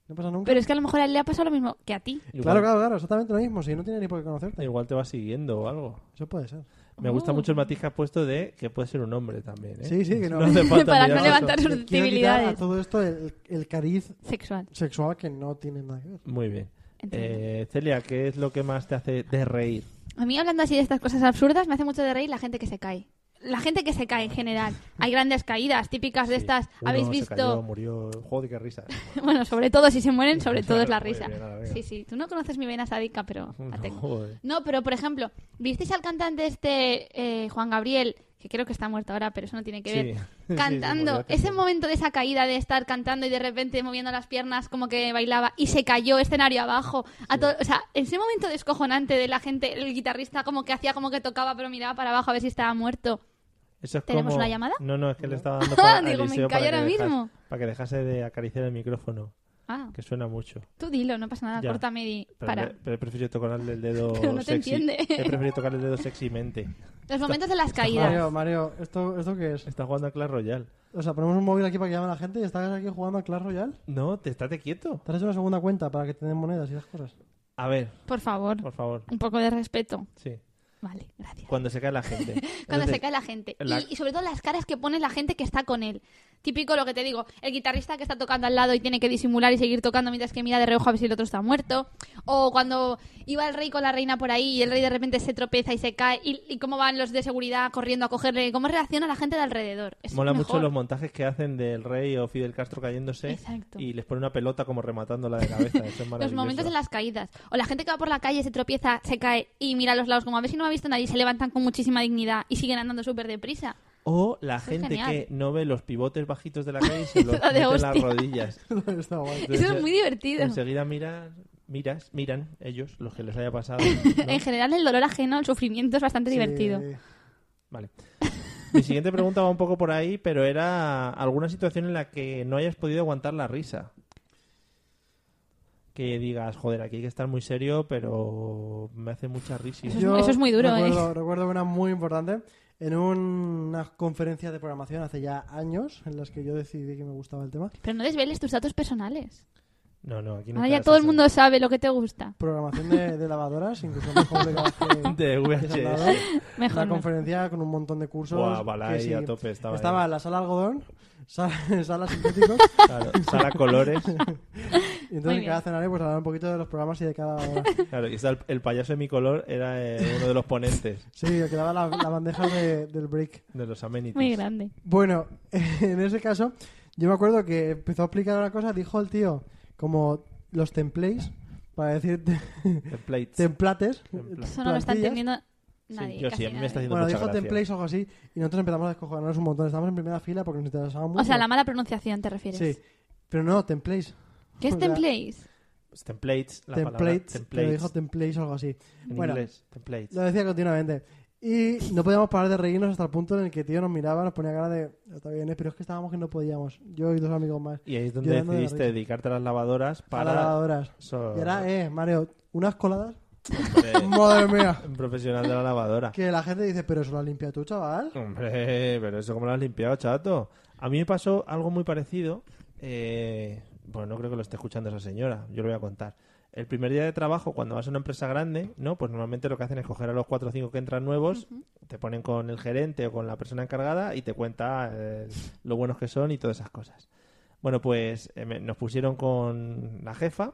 Speaker 2: No pasa nunca.
Speaker 3: Pero es que a lo mejor a él le ha pasado lo mismo que a ti.
Speaker 1: Igual,
Speaker 2: Claro, claro, claro, exactamente lo mismo, si no tiene ni por qué conocerte.
Speaker 1: Igual te va siguiendo o algo.
Speaker 2: Eso puede ser.
Speaker 1: Me gusta mucho el matiz que has puesto de que puede ser un hombre también. ¿eh?
Speaker 2: Sí, sí, que no.
Speaker 1: hace falta
Speaker 3: Para no
Speaker 1: mirar
Speaker 3: levantar
Speaker 1: tanto.
Speaker 2: Quiero
Speaker 3: sus
Speaker 2: quitar a
Speaker 3: debilidades.
Speaker 2: todo esto el, el cariz
Speaker 3: Sexual.
Speaker 2: sexual que no tiene nada que ver.
Speaker 1: Muy bien.
Speaker 3: Entiendo.
Speaker 1: Eh, Celia, ¿qué es lo que más te hace de reír?
Speaker 3: A mí hablando así de estas cosas absurdas me hace mucho de reír la gente que se cae. La gente que se cae en general. Hay grandes caídas típicas de estas.
Speaker 1: Uno
Speaker 3: Habéis
Speaker 1: se
Speaker 3: visto...
Speaker 1: cayó, murió. Joder, qué risa.
Speaker 3: Bueno, sobre todo si se mueren, sobre todo es la
Speaker 1: Muy
Speaker 3: risa.
Speaker 1: bien, a la venga.
Speaker 3: Sí, sí, tú no conoces mi vena sádica, pero la
Speaker 1: No,
Speaker 3: tengo.
Speaker 1: joder.
Speaker 3: No, pero por ejemplo, ¿visteis al cantante este eh, Juan Gabriel? Que creo que está muerto ahora, pero eso no tiene que
Speaker 1: Sí.
Speaker 3: ver.
Speaker 1: Sí, sí,
Speaker 3: Cantando,
Speaker 1: murió hace
Speaker 3: ese
Speaker 1: poco.
Speaker 3: momento de esa caída de estar cantando y de repente moviendo las piernas como que bailaba y se cayó escenario abajo. A to- o sea, ese momento descojonante de la gente, el guitarrista como que hacía como que tocaba pero miraba para abajo a ver si estaba muerto.
Speaker 1: Eso es
Speaker 3: ¿Tenemos
Speaker 1: como-
Speaker 3: una llamada?
Speaker 1: No, no, es que le estaba dando para, a
Speaker 3: Digo, me
Speaker 1: Eliseo
Speaker 3: callo
Speaker 1: para que
Speaker 3: ahora
Speaker 1: dejase-
Speaker 3: mismo.
Speaker 1: para que dejase de acariciar el micrófono,
Speaker 3: Ah,
Speaker 1: que suena mucho.
Speaker 3: tú dilo, no pasa nada,
Speaker 1: Ya.
Speaker 3: córtame y
Speaker 1: Pero,
Speaker 3: para.
Speaker 1: me- pero he preferido tocarle el dedo
Speaker 3: Pero no te
Speaker 1: sexy.
Speaker 3: entiende.
Speaker 1: He preferido tocarle el dedo sexymente.
Speaker 3: Los momentos de las caídas.
Speaker 2: Mario, Mario, ¿esto, ¿esto qué es?
Speaker 1: Está jugando a Clash Royale.
Speaker 2: O sea, ponemos un móvil aquí para que llame a la gente y estás aquí jugando a Clash Royale.
Speaker 1: No, te estate quieto.
Speaker 2: ¿Te has hecho una segunda cuenta para que te den monedas y esas cosas?
Speaker 1: A ver,
Speaker 3: Por favor,
Speaker 1: por favor.
Speaker 3: un poco de respeto.
Speaker 1: Sí.
Speaker 3: Vale, gracias.
Speaker 1: Cuando se cae la gente.
Speaker 3: Cuando
Speaker 1: Entonces,
Speaker 3: se cae la gente.
Speaker 1: la-
Speaker 3: Y, y sobre todo las caras que pone la gente que está con él. Típico lo que te digo, el guitarrista que está tocando al lado y tiene que disimular y seguir tocando mientras que mira de reojo a ver si el otro está muerto. O cuando iba el rey con la reina por ahí y el rey de repente se tropeza y se cae. Y, y cómo van los de seguridad corriendo a cogerle. Cómo reacciona la gente de alrededor. Es
Speaker 1: Mola
Speaker 3: mejor.
Speaker 1: mucho los montajes que hacen del rey o Fidel Castro cayéndose
Speaker 3: Exacto.
Speaker 1: y les pone una pelota como rematándola de cabeza. Eso es
Speaker 3: Los
Speaker 1: maravilloso.
Speaker 3: momentos de las caídas. O la gente que va por la calle, se tropieza, se cae y mira a los lados como a ver si no me ha visto nadie. y Se levantan con muchísima dignidad y siguen andando súper deprisa.
Speaker 1: O la
Speaker 3: es
Speaker 1: gente
Speaker 3: genial.
Speaker 1: que no ve los pivotes bajitos de la calle y se los
Speaker 3: Eso de
Speaker 1: mete en las
Speaker 3: hostia.
Speaker 1: rodillas.
Speaker 2: Está guay.
Speaker 3: Eso es
Speaker 1: Entonces, eh,
Speaker 3: muy divertido.
Speaker 1: Enseguida miras, miras, miran ellos, los que les haya pasado. ¿no?
Speaker 3: En general, el dolor ajeno, el sufrimiento es bastante divertido.
Speaker 2: Sí.
Speaker 1: Vale. Mi siguiente pregunta va un poco por ahí, pero era alguna situación en la que no hayas podido aguantar la risa. Que digas, joder, aquí hay que estar muy serio, pero me hace mucha risa.
Speaker 3: Eso es muy- eso es muy duro, ¿eh?
Speaker 2: recuerdo, recuerdo una muy importante. En unas conferencias de programación hace ya años en las que yo decidí que me gustaba el tema.
Speaker 3: Pero no desveles tus datos personales.
Speaker 1: No, no, aquí no.
Speaker 3: Ahora
Speaker 1: te
Speaker 3: ya
Speaker 1: das
Speaker 3: todo el
Speaker 1: esa.
Speaker 3: mundo sabe lo que te gusta.
Speaker 2: Programación de, de lavadoras, incluso más complicado que...
Speaker 1: De
Speaker 2: que se han dado.
Speaker 1: VHS.
Speaker 3: Mejor.
Speaker 2: una
Speaker 3: no.
Speaker 2: conferencia con un montón de cursos.
Speaker 1: Buah, Balay
Speaker 2: que sí,
Speaker 1: a tope estaba eh.
Speaker 2: Estaba
Speaker 1: ahí.
Speaker 2: la sala algodón, sala, sala sintéticos.
Speaker 1: Claro, Sara Colores.
Speaker 2: y
Speaker 3: Muy
Speaker 2: entonces en
Speaker 3: bien.
Speaker 2: cada escenario pues hablaba un poquito de los programas y de cada...
Speaker 1: Claro, y está el, el payaso de mi color era eh, uno de los ponentes
Speaker 2: Sí, el que daba la, la bandeja de- del break.
Speaker 1: de los amenities.
Speaker 3: Muy grande.
Speaker 2: Bueno, en ese caso, yo me acuerdo que empezó a explicar una cosa, dijo el tío, como los templates, para decir te-
Speaker 1: Templates.
Speaker 2: templates.
Speaker 1: Templates.
Speaker 3: Eso no lo está
Speaker 2: plantillas.
Speaker 3: entendiendo
Speaker 1: Sí,
Speaker 3: nadie.
Speaker 1: yo
Speaker 3: casi
Speaker 1: sí, a mí me
Speaker 3: nadie.
Speaker 1: está haciendo
Speaker 2: Bueno,
Speaker 1: mucha
Speaker 2: dijo
Speaker 1: gracia.
Speaker 2: templates o algo así, y nosotros empezamos a descojonarnos un montón. Estábamos en primera fila porque nos interesaba mucho.
Speaker 3: O sea, la mala pronunciación te refieres.
Speaker 2: Sí, pero no, templates.
Speaker 3: ¿Qué
Speaker 2: O
Speaker 3: es
Speaker 2: sea,
Speaker 3: templates?
Speaker 1: Pues Templates, la palabra
Speaker 2: templates, pero
Speaker 1: templates
Speaker 2: dijo templates o algo así.
Speaker 1: en
Speaker 2: bueno,
Speaker 1: inglés. Templates.
Speaker 2: lo decía continuamente. Y no podíamos parar de reírnos hasta el punto en el que tío nos miraba, nos ponía cara de. Está bien, eh", pero es que estábamos que no podíamos. Yo y dos amigos más.
Speaker 1: Y ahí es donde
Speaker 2: Llorando de la
Speaker 1: decidiste
Speaker 2: risa.
Speaker 1: dedicarte a las lavadoras
Speaker 2: A
Speaker 1: para...
Speaker 2: las lavadoras.
Speaker 1: So-
Speaker 2: Y ahora, eh, Mario, unas coladas.
Speaker 1: Hombre,
Speaker 2: Madre mía.
Speaker 1: un profesional de la lavadora.
Speaker 2: Que la gente dice, pero eso lo has limpiado tú, chaval.
Speaker 1: Hombre, pero eso cómo lo has limpiado, chato. A mí me pasó algo muy parecido. eh, bueno, no creo que lo esté escuchando esa señora. Yo lo voy a contar. El primer día de trabajo, cuando vas a una empresa grande, ¿no? Pues normalmente lo que hacen es coger a los cuatro o cinco que entran nuevos, te ponen con el gerente o con la persona encargada y te cuenta eh, lo buenos que son y todas esas cosas. Bueno, pues eh, me- nos pusieron con la jefa,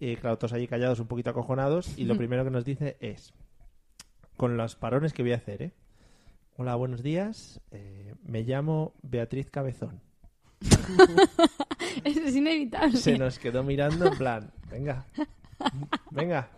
Speaker 1: y claro, todos allí callados, un poquito acojonados, y lo primero que nos dice es, con los parones que voy a hacer, ¿eh? Hola, buenos días. Eh, me llamo Beatriz Cabezón.
Speaker 3: Eso es inevitable.
Speaker 1: Se nos quedó mirando en plan, venga, venga.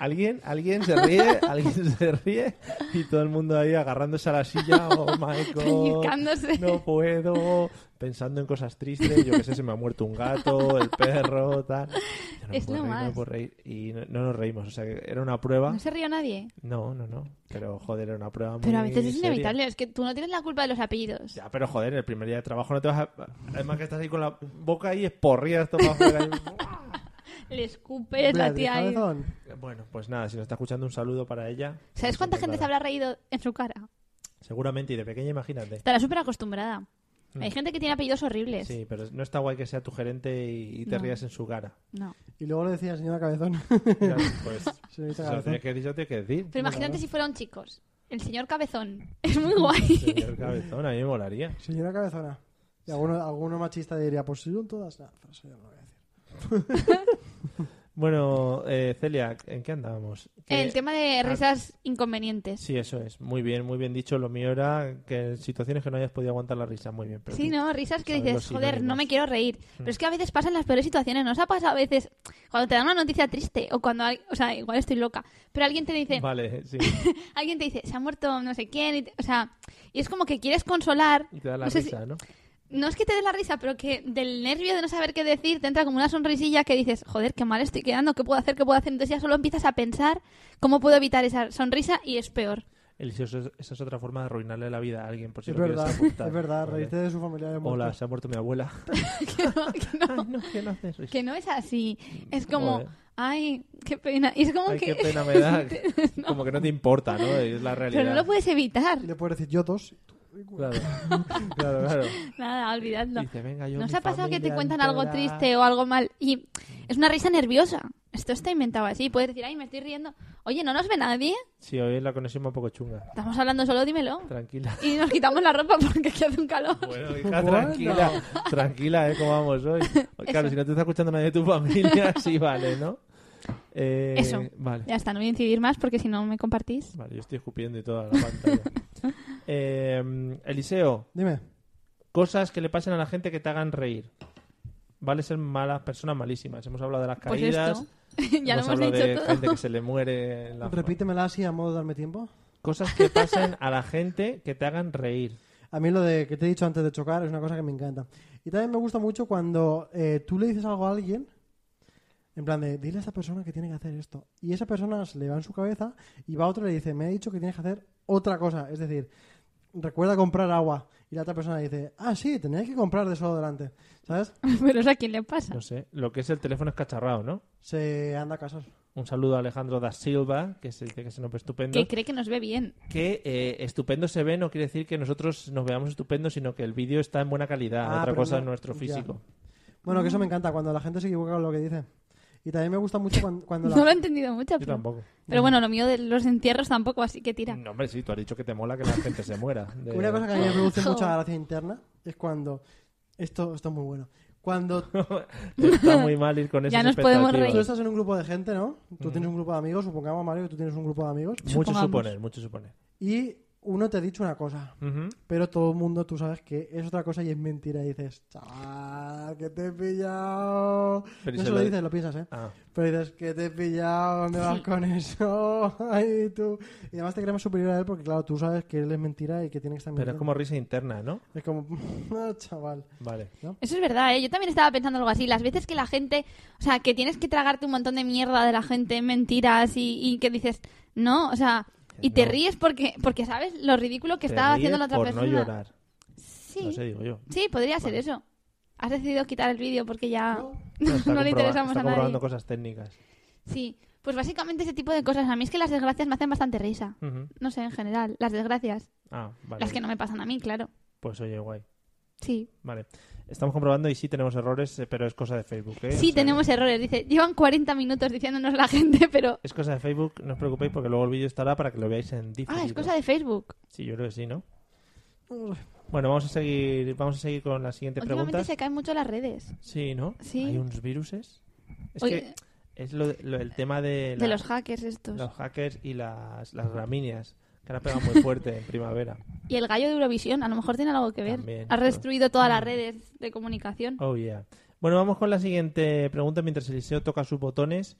Speaker 1: Alguien, alguien se ríe, alguien se ríe y todo el mundo ahí agarrándose a la silla, oh my god,
Speaker 3: Pellizcándose.
Speaker 1: no puedo, pensando en cosas tristes, yo que sé, se me ha muerto un gato, el perro, tal. Yo me
Speaker 3: Es
Speaker 1: puedo reír,
Speaker 3: lo
Speaker 1: no me
Speaker 3: más.
Speaker 1: puedo reír. Y no, no nos reímos, o sea, que era una prueba.
Speaker 3: No se ríe nadie.
Speaker 1: No, no, no, pero joder, era una prueba muy
Speaker 3: Pero a veces es
Speaker 1: seria.
Speaker 3: inevitable. Es que tú no tienes la culpa de los apellidos.
Speaker 1: Ya, pero joder, el primer día de trabajo no te vas a... Además que estás ahí con la boca ahí esporrida, esto para afuera.
Speaker 3: Le escupes la
Speaker 2: Beatriz
Speaker 3: tía ahí.
Speaker 2: Cabezón.
Speaker 1: y- Bueno, pues nada, si nos está escuchando un saludo para ella.
Speaker 3: ¿Sabes cuánta gente se
Speaker 1: Claro.
Speaker 3: habrá reído en su cara?
Speaker 1: Seguramente, y de pequeña imagínate.
Speaker 3: Estará súper acostumbrada.
Speaker 2: Mm.
Speaker 3: Hay gente que tiene apellidos horribles.
Speaker 1: Sí, pero no está guay que sea tu gerente y, y te
Speaker 3: No.
Speaker 1: rías en su cara.
Speaker 3: No.
Speaker 2: Y luego le decía, señora Cabezón.
Speaker 1: Claro, Pues, si
Speaker 2: Señorita
Speaker 1: se lo
Speaker 2: Cabezón.
Speaker 1: tienes que decir, se lo tienes que decir.
Speaker 3: Pero imagínate si fueran chicos. El señor cabezón. Es muy guay.
Speaker 1: Señor Cabezón, a mí me molaría.
Speaker 2: Señora Cabezona. Y alguno, alguno machista diría, pues si son todas. Nah, pero eso yo no lo voy a decir.
Speaker 1: Bueno, eh, Celia, ¿en qué andábamos? Que-
Speaker 3: El tema de risas inconvenientes.
Speaker 1: Ah. Sí, eso es. Muy bien, muy bien dicho. Lo mío era que en situaciones que no hayas podido aguantar la risa. Muy bien. pero
Speaker 3: Sí,
Speaker 1: tú-
Speaker 3: ¿no? Risas que
Speaker 1: Saber los Hmm.
Speaker 3: dices, joder, no
Speaker 1: sinónimos.
Speaker 3: me quiero reír. Pero es que a veces pasan las peores situaciones. Nos ha pasado a veces cuando te dan una noticia triste o cuando... hay- O sea, igual estoy loca. Pero alguien te dice,
Speaker 1: Vale, sí.
Speaker 3: alguien te dice, se ha muerto no sé quién. y te- o sea, y es como que quieres consolar.
Speaker 1: Y te da la
Speaker 3: no sé si-
Speaker 1: risa, ¿no?
Speaker 3: No es que te dé la risa, pero que del nervio de no saber qué decir te entra como una sonrisilla que dices, joder, qué mal estoy quedando, qué puedo hacer, qué puedo hacer. Entonces ya solo empiezas a pensar cómo puedo evitar esa sonrisa y es peor.
Speaker 1: Eliseo, eso, es- eso es otra forma de arruinarle la vida a alguien, por si
Speaker 2: es
Speaker 1: lo quieres
Speaker 2: verdad,
Speaker 1: apuntar.
Speaker 2: es verdad.
Speaker 1: Vale.
Speaker 2: Reíste de su familia de
Speaker 1: Hola, se ha muerto mi abuela.
Speaker 3: que, no, que no,
Speaker 1: Ay, no, que no haces risa.
Speaker 3: que no es así. Es como,
Speaker 1: Joder.
Speaker 3: ay, qué pena. Y es como
Speaker 1: Mm, Ay,
Speaker 3: que...
Speaker 1: qué pena me da. Como que no te importa, ¿no? Es la realidad.
Speaker 3: Pero no lo puedes evitar.
Speaker 2: Y le puedes decir, yo dos.
Speaker 1: Claro, claro, claro.
Speaker 3: Nada, olvidadlo.
Speaker 1: Dice, venga, yo mi
Speaker 3: ¿No os ha pasado que te
Speaker 1: familia
Speaker 3: cuentan algo
Speaker 1: entera. Mm.
Speaker 3: triste o algo mal? Y es una risa nerviosa. Esto está inventado así. Puedes decir, ay, me estoy riendo. Oye, ¿no nos ve nadie?
Speaker 1: Sí, hoy la conexión va un poco chunga.
Speaker 3: Estamos hablando solo, dímelo.
Speaker 1: Tranquila.
Speaker 3: Y nos quitamos la ropa porque aquí hace un calor.
Speaker 1: Bueno, hija, tranquila. Tranquila, ¿eh? ¿Cómo vamos hoy? Claro,
Speaker 3: Eso.
Speaker 1: si no te está escuchando nadie de tu familia, sí, vale, ¿no? Eh,
Speaker 3: Eso.
Speaker 1: Vale.
Speaker 3: Ya está, no voy a incidir más porque si no me compartís.
Speaker 1: Vale, yo estoy escupiendo y toda la pantalla. Eh, Eliseo,
Speaker 2: Dime.
Speaker 1: cosas que le pasen a la gente que te hagan reír. Vale ser malas personas malísimas. Hemos hablado de las
Speaker 3: Pues
Speaker 1: caídas.
Speaker 3: esto. ya lo hemos
Speaker 1: hablado de
Speaker 3: dicho todo.
Speaker 1: gente que se le muere. en la-
Speaker 2: Repítemela así a modo de darme tiempo.
Speaker 1: Cosas que pasen a la gente que te hagan reír.
Speaker 2: A mí lo de que te he dicho antes de chocar es una cosa que me encanta. Y también me gusta mucho cuando eh, tú le dices algo a alguien, en plan de, dile a esa persona que tiene que hacer esto. Y esa persona se le va en su cabeza y va a otro y le dice, me ha dicho que tienes que hacer otra cosa. Es decir, recuerda comprar agua. Y la otra persona dice, ah, sí, tenías que comprar de solo delante. ¿Sabes?
Speaker 3: Pero eso a quién le pasa.
Speaker 1: No sé, lo que es el teléfono es cacharrado, ¿no?
Speaker 2: Se anda a casas.
Speaker 1: Un saludo a Alejandro da Silva, que se dice que es un hombre estupendo.
Speaker 3: Que cree que nos ve bien.
Speaker 1: Que eh, estupendo se ve no quiere decir que nosotros nos veamos estupendo, sino que el vídeo está en buena calidad.
Speaker 2: Ah,
Speaker 1: Otra
Speaker 2: pero
Speaker 1: cosa
Speaker 2: no-
Speaker 1: es nuestro
Speaker 2: ya.
Speaker 1: físico.
Speaker 2: Bueno, que eso me encanta, cuando la gente se equivoca con lo que dice. Y también me gusta mucho cuan- cuando,
Speaker 3: No lo he
Speaker 2: la...
Speaker 3: entendido mucho.
Speaker 1: Yo
Speaker 3: Pero,
Speaker 1: tampoco.
Speaker 3: pero bueno, lo mío de los entierros tampoco, así que tira.
Speaker 1: No, hombre, sí, tú has dicho que te mola que la gente se muera. De-
Speaker 2: Una cosa que a mí me produce
Speaker 3: Jo.
Speaker 2: mucha gracia interna es cuando... Esto, esto es muy bueno. Cuando
Speaker 1: Está muy mal ir con esas
Speaker 3: Ya nos podemos
Speaker 1: expectativas.
Speaker 2: Tú
Speaker 3: reír.
Speaker 2: estás en un grupo de gente, ¿no? Tú tienes un grupo de amigos, supongamos, Mario, que tú tienes un grupo de amigos.
Speaker 1: Mucho
Speaker 3: Supongamos.
Speaker 1: suponer, mucho suponer.
Speaker 2: Y uno te ha dicho una cosa,
Speaker 1: Ujú.
Speaker 2: pero todo el mundo tú sabes que es otra cosa y es mentira. Y dices, chaval, que te he pillado.
Speaker 1: Pero
Speaker 2: no
Speaker 1: se
Speaker 2: se lo
Speaker 1: lo-
Speaker 2: dices, lo piensas, ¿eh?
Speaker 1: Ah.
Speaker 2: Pero dices, que te he pillado, ¿dónde vas con eso? Ay, tú. Y además te creemos superior a él porque, claro, tú sabes que él es mentira y que tiene que estar
Speaker 1: Pero es
Speaker 2: mintiendo.
Speaker 1: como risa interna, ¿no?
Speaker 2: Es como, "Ah, chaval.
Speaker 1: Vale.
Speaker 3: Eso es verdad, ¿eh? Yo también estaba pensando algo así. Las veces que la gente... O sea, que tienes que tragarte un montón de mierda de la gente, mentiras y, y que dices... No, o sea... Y te
Speaker 1: No.
Speaker 3: ríes porque, porque sabes lo ridículo que
Speaker 1: Te
Speaker 3: estaba
Speaker 1: ríes
Speaker 3: haciendo la otra
Speaker 1: por
Speaker 3: persona.
Speaker 1: no llorar.
Speaker 3: Sí.
Speaker 1: No sé, digo yo.
Speaker 3: Sí, podría ser eso. Has decidido quitar el vídeo porque ya no,
Speaker 1: Está comproba-
Speaker 3: le interesamos
Speaker 1: está
Speaker 3: a nadie.
Speaker 1: comprobando cosas técnicas.
Speaker 3: Sí, pues básicamente ese tipo de cosas. A mí es que las desgracias me hacen bastante risa.
Speaker 1: Ujú.
Speaker 3: No sé, en general, las desgracias.
Speaker 1: Ah, vale.
Speaker 3: Las que no me pasan a mí, claro.
Speaker 1: Pues oye, guay.
Speaker 3: Sí,
Speaker 1: Vale. Estamos comprobando y sí tenemos errores, eh, pero es cosa de Facebook, ¿eh? O
Speaker 3: sí
Speaker 1: sea,
Speaker 3: tenemos errores. Dice, llevan 40 minutos diciéndonos la gente, pero...
Speaker 1: Es cosa de Facebook, no os preocupéis porque luego el vídeo estará para que lo veáis en diferido.
Speaker 3: Ah, es cosa de Facebook.
Speaker 1: Sí, yo creo que sí, ¿no? Bueno, vamos a seguir, vamos a seguir con la siguiente
Speaker 3: Últimamente
Speaker 1: pregunta.
Speaker 3: se caen mucho las redes.
Speaker 1: Sí, ¿no?
Speaker 3: Sí.
Speaker 1: Hay unos viruses. Es
Speaker 3: Oye,
Speaker 1: que es lo, lo- el tema de,
Speaker 3: de
Speaker 1: la-
Speaker 3: los hackers estos.
Speaker 1: los hackers y las, las gramíneas, que han pegado muy fuerte en primavera.
Speaker 3: Y el gallo de Eurovisión, a lo mejor tiene algo que ver.
Speaker 1: También,
Speaker 3: ha
Speaker 1: todo.
Speaker 3: destruido todas las redes de comunicación.
Speaker 1: Oh, yeah. Bueno, vamos con la siguiente pregunta mientras Eliseo toca sus botones.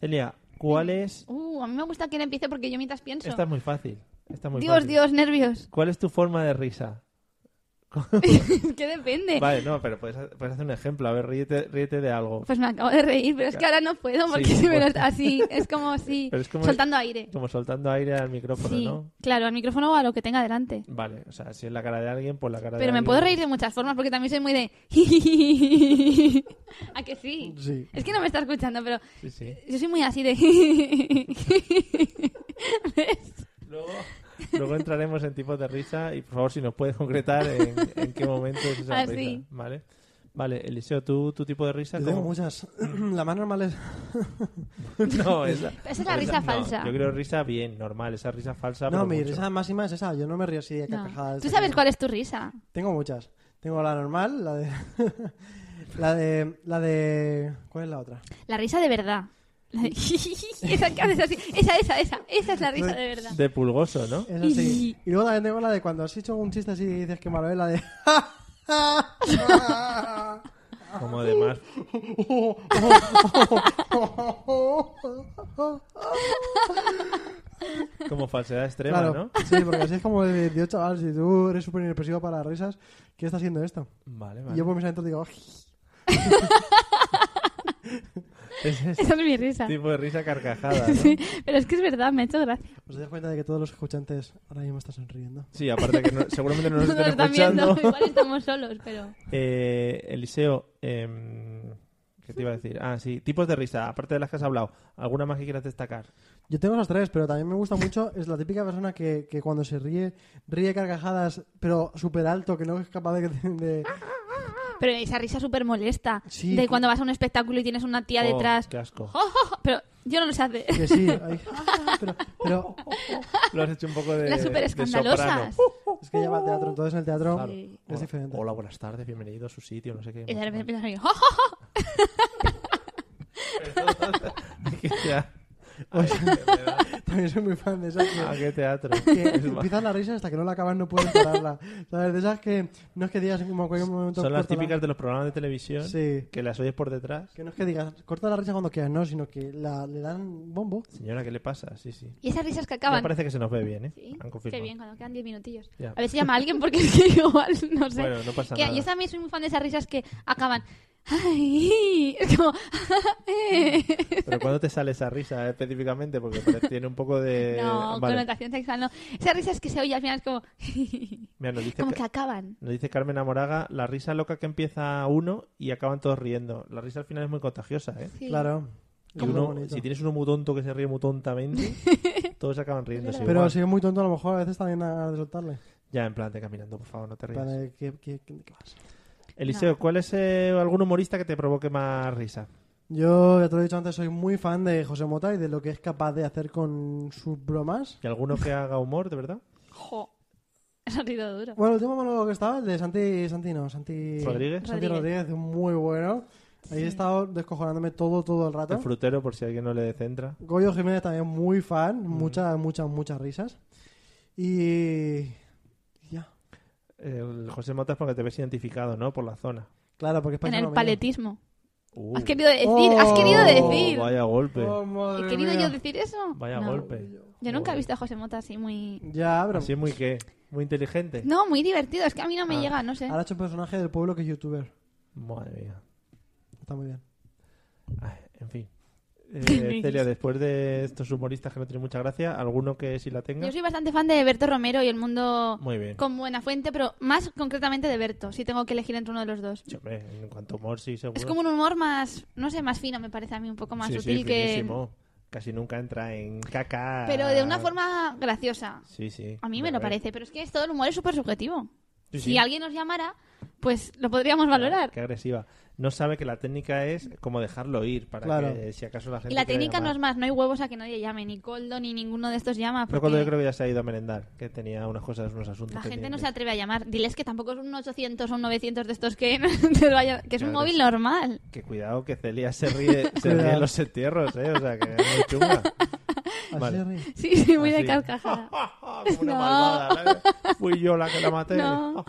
Speaker 1: Celia, ¿cuál es...?
Speaker 3: Uh, a mí me gusta que él empiece porque yo mientras pienso.
Speaker 1: Esta es muy fácil. Esta es muy
Speaker 3: Dios,
Speaker 1: fácil.
Speaker 3: Dios, nervios.
Speaker 1: ¿Cuál es tu forma de risa?
Speaker 3: Es que depende.
Speaker 1: Vale, no, pero puedes, ha- puedes hacer un ejemplo. A ver, ríete, ríete de algo.
Speaker 3: Pues me acabo de reír, pero es que ahora no puedo porque
Speaker 1: Sí,
Speaker 3: si me lo-
Speaker 1: bueno.
Speaker 3: así es como si
Speaker 1: Pero es como-
Speaker 3: soltando aire.
Speaker 1: Como soltando aire al micrófono,
Speaker 3: Sí,
Speaker 1: ¿no?
Speaker 3: claro, al micrófono o a lo que tenga delante.
Speaker 1: Vale, o sea, si es la cara de alguien, pues la cara de
Speaker 3: Pero me
Speaker 1: alguien.
Speaker 3: puedo reír de muchas formas porque también soy muy de ¿A que sí?
Speaker 2: Sí.
Speaker 3: Es que no me está escuchando, pero
Speaker 1: Sí, sí.
Speaker 3: yo soy muy así de ¿Ves?
Speaker 1: Luego, luego entraremos en tipos de risa y por favor si nos puedes concretar en, en qué momento es esa
Speaker 3: Ah,
Speaker 1: risa,
Speaker 3: sí.
Speaker 1: ¿vale? Vale, Eliseo, ¿tú, tu tipo de risa?
Speaker 2: Yo tengo
Speaker 1: cómo?
Speaker 2: muchas. la más normal es.
Speaker 1: No, esa,
Speaker 3: Esa es la risa
Speaker 1: no,
Speaker 3: falsa.
Speaker 1: yo creo risa bien, normal, esa risa falsa.
Speaker 2: No,
Speaker 1: Ah, pero
Speaker 2: mi
Speaker 1: mucho.
Speaker 2: risa máxima es esa. Yo no me río así de
Speaker 3: No.
Speaker 2: carcajadas.
Speaker 3: ¿Tú sabes cuál es tu risa?
Speaker 2: Tengo muchas. Tengo la normal, la de. la de. La de. ¿Cuál es la otra?
Speaker 3: La risa de verdad. La de esa que haces así. Esa, esa, esa. Esa es la risa de verdad.
Speaker 1: De pulgoso, ¿no?
Speaker 2: Esa sí. Y luego también tengo la de cuando has hecho un chiste así y dices que malo es la de.
Speaker 1: Como además... Como falsedad extrema,
Speaker 2: claro,
Speaker 1: ¿no?
Speaker 2: sí, porque así es como de Dios, chaval, si tú eres súper inexpresivo para las risas, ¿qué está haciendo esto?
Speaker 1: Vale,
Speaker 2: Y
Speaker 1: vale.
Speaker 2: yo por mis adentros digo,
Speaker 1: Ese es
Speaker 3: Esa es mi risa.
Speaker 1: tipo de risa carcajada, ¿no?
Speaker 3: Pero es que es verdad, me ha hecho gracia.
Speaker 2: ¿os dais pues cuenta de que todos los escuchantes ahora mismo están sonriendo?
Speaker 1: Sí, aparte que no- seguramente no nos
Speaker 3: No nos
Speaker 1: estén
Speaker 3: están
Speaker 1: escuchando.
Speaker 3: viendo, igual estamos solos, pero.
Speaker 1: Eh, Eliseo, em, ¿qué te iba a decir? Ah, sí, tipos de risa, aparte de las que has hablado. ¿Alguna más que quieras destacar?
Speaker 2: Yo tengo los tres, pero también me gusta mucho. Es la típica persona que, que cuando se ríe, ríe carcajadas, pero súper alto, que no es capaz de. de-
Speaker 3: Pero esa risa súper molesta.
Speaker 2: Sí,
Speaker 3: de
Speaker 2: que-
Speaker 3: cuando vas a un espectáculo y tienes una tía
Speaker 1: Oh,
Speaker 3: detrás.
Speaker 1: Qué asco.
Speaker 3: Pero yo no lo sé hacer.
Speaker 2: que sí, ahí- ah, pero, pero
Speaker 1: Lo has hecho un poco de.
Speaker 3: Las súper
Speaker 1: de
Speaker 3: escandalosas.
Speaker 1: soprano.
Speaker 2: es que lleva teatro, entonces en el teatro
Speaker 1: Claro.
Speaker 2: es
Speaker 1: Hola-
Speaker 2: diferente.
Speaker 1: Hola, buenas tardes, bienvenido a su sitio, no sé qué.
Speaker 3: Y de repente empiezas a reír.
Speaker 1: ¿A qué tea-
Speaker 2: También soy muy fan de esas. que-
Speaker 1: a qué teatro?
Speaker 2: que
Speaker 1: Ah, Es más,
Speaker 2: empiezan la risa hasta que no la acaban, no pueden pararla. ¿Sabes? De esas que no es que digas como en cualquier momento.
Speaker 1: Son las
Speaker 2: "Córtala".
Speaker 1: típicas de los programas de televisión
Speaker 2: Sí.
Speaker 1: que las oyes por detrás.
Speaker 2: Que no es que digas, corta la risa cuando quieras, no, sino que la, le dan bombo.
Speaker 1: Señora, ¿qué le pasa? Sí, sí.
Speaker 3: Y esas risas que
Speaker 1: Me
Speaker 3: acaban.
Speaker 1: parece que se nos ve bien, ¿eh?
Speaker 3: Ah, Sí,
Speaker 1: Han confirmado.
Speaker 3: qué bien, cuando quedan 10 minutillos.
Speaker 1: Ya.
Speaker 3: A ver si llama a alguien porque es que igual, no sé.
Speaker 1: Bueno, no pasa
Speaker 3: Que
Speaker 1: nada.
Speaker 3: Yo también soy muy fan de esas risas que acaban. ¡Ay! Es como.
Speaker 1: Eh, Pero ¿cuándo te sale esa risa eh, específicamente? Porque parece- tiene un poco de.
Speaker 3: no,
Speaker 1: Vale.
Speaker 3: connotación sexual no. Esas risas que se oye al final es como.
Speaker 1: Mira, nos dice
Speaker 3: como
Speaker 1: que-
Speaker 3: que acaban.
Speaker 1: Nos dice Carmen Amoraga, la risa loca que empieza uno y acaban todos riendo. La risa al final es muy contagiosa, ¿eh?
Speaker 3: Sí.
Speaker 2: Claro. Es
Speaker 1: Y
Speaker 2: muy
Speaker 1: uno-
Speaker 2: bonito.
Speaker 1: si tienes uno muy tonto que se ríe muy tontamente, todos acaban riéndose.
Speaker 2: Pero
Speaker 1: igual.
Speaker 2: si es muy tonto, a lo mejor a veces también a ganas de soltarle.
Speaker 1: Ya, en plan, te caminando, por favor, no te rías.
Speaker 2: Para que, que- que- que vas.
Speaker 1: Eliseo, ¿cuál es eh, algún humorista que te provoque más risa?
Speaker 2: Yo, ya te lo he dicho antes, soy muy fan de José Mota y de lo que es capaz de hacer con sus bromas.
Speaker 1: ¿Y alguno que haga humor, de verdad?
Speaker 3: Jo. Ha salido duro.
Speaker 2: Bueno, el último monólogo que estaba, el de Santi, Santi no, Santi
Speaker 1: Rodríguez.
Speaker 2: Santi Rodríguez, muy bueno. Ahí he estado descojonándome todo, todo el rato.
Speaker 1: El frutero, por si alguien no le descentra.
Speaker 2: Goyo Jiménez también muy fan,
Speaker 1: Mm.
Speaker 2: muchas, muchas, muchas risas. Y... y Ya.
Speaker 1: El José Motas porque te ves identificado, ¿no? Por la zona.
Speaker 2: Claro, porque es
Speaker 1: Pues
Speaker 3: En
Speaker 2: paisano
Speaker 3: el
Speaker 2: mío.
Speaker 3: paletismo.
Speaker 1: Uh.
Speaker 3: Has querido decir, has querido
Speaker 1: Oh,
Speaker 3: decir.
Speaker 1: Vaya golpe.
Speaker 2: Oh, madre
Speaker 3: ¿He querido
Speaker 2: mía.
Speaker 3: yo decir eso?
Speaker 1: Vaya
Speaker 3: No.
Speaker 1: golpe.
Speaker 3: Yo nunca he
Speaker 1: Joder.
Speaker 3: visto a José Mota así muy.
Speaker 2: Ya, pero
Speaker 1: Así muy qué, muy inteligente.
Speaker 3: No, muy divertido. Es que a mí no me
Speaker 1: Ah.
Speaker 3: llega, no sé.
Speaker 2: ahora ha hecho un personaje del pueblo que es youtuber.
Speaker 1: Madre mía.
Speaker 2: Está muy bien.
Speaker 1: Ay, en fin. eh, Celia, después de estos humoristas que no tienen mucha gracia, alguno que sí la tenga.
Speaker 3: Yo soy bastante fan de Berto Romero y el mundo
Speaker 1: Muy bien.
Speaker 3: con buena fuente, pero más concretamente de Berto, si tengo que elegir entre uno de los dos.
Speaker 1: Sí, hombre, en cuanto a humor, sí, seguro.
Speaker 3: Es como un humor más, no sé, más fino, me parece a mí, un poco más
Speaker 1: sí, sí,
Speaker 3: sutil que...
Speaker 1: finísimo. Ah. Casi nunca entra en caca.
Speaker 3: Pero de una forma graciosa.
Speaker 1: Sí, sí.
Speaker 3: A mí me
Speaker 1: Bueno,
Speaker 3: lo
Speaker 1: ver.
Speaker 3: parece, pero es que todo el humor es súper subjetivo.
Speaker 1: Sí,
Speaker 3: Si
Speaker 1: sí.
Speaker 3: alguien nos llamara, pues lo podríamos valorar.
Speaker 1: Qué agresiva. No sabe que la técnica es como dejarlo ir para
Speaker 2: Claro.
Speaker 1: que si acaso la gente.
Speaker 3: Y la
Speaker 1: quiere
Speaker 3: técnica no
Speaker 1: llamar.
Speaker 3: es más, no hay huevos a que nadie llame, ni Coldo ni ninguno de estos llama.
Speaker 1: Pero
Speaker 3: porque
Speaker 1: cuando yo creo que ya se ha ido a merendar, que tenía unas cosas, unos asuntos.
Speaker 3: La
Speaker 1: que
Speaker 3: gente
Speaker 1: tenía
Speaker 3: no
Speaker 1: que-
Speaker 3: se atreve a llamar. Diles que tampoco es un 800 o un 900 de estos que, te vaya- que es un
Speaker 1: Claro.
Speaker 3: móvil normal.
Speaker 1: Que cuidado, que Celia se ríe, se
Speaker 2: Cuidado.
Speaker 1: ríe en los entierros, ¿eh? O sea, que es muy chunga.
Speaker 2: Así
Speaker 1: Vale.
Speaker 2: se ríe.
Speaker 3: Sí, sí, muy de
Speaker 1: Así.
Speaker 3: carcajada.
Speaker 1: Como una
Speaker 3: No.
Speaker 1: malvada. ¿la- Fui yo la que la maté.
Speaker 3: No.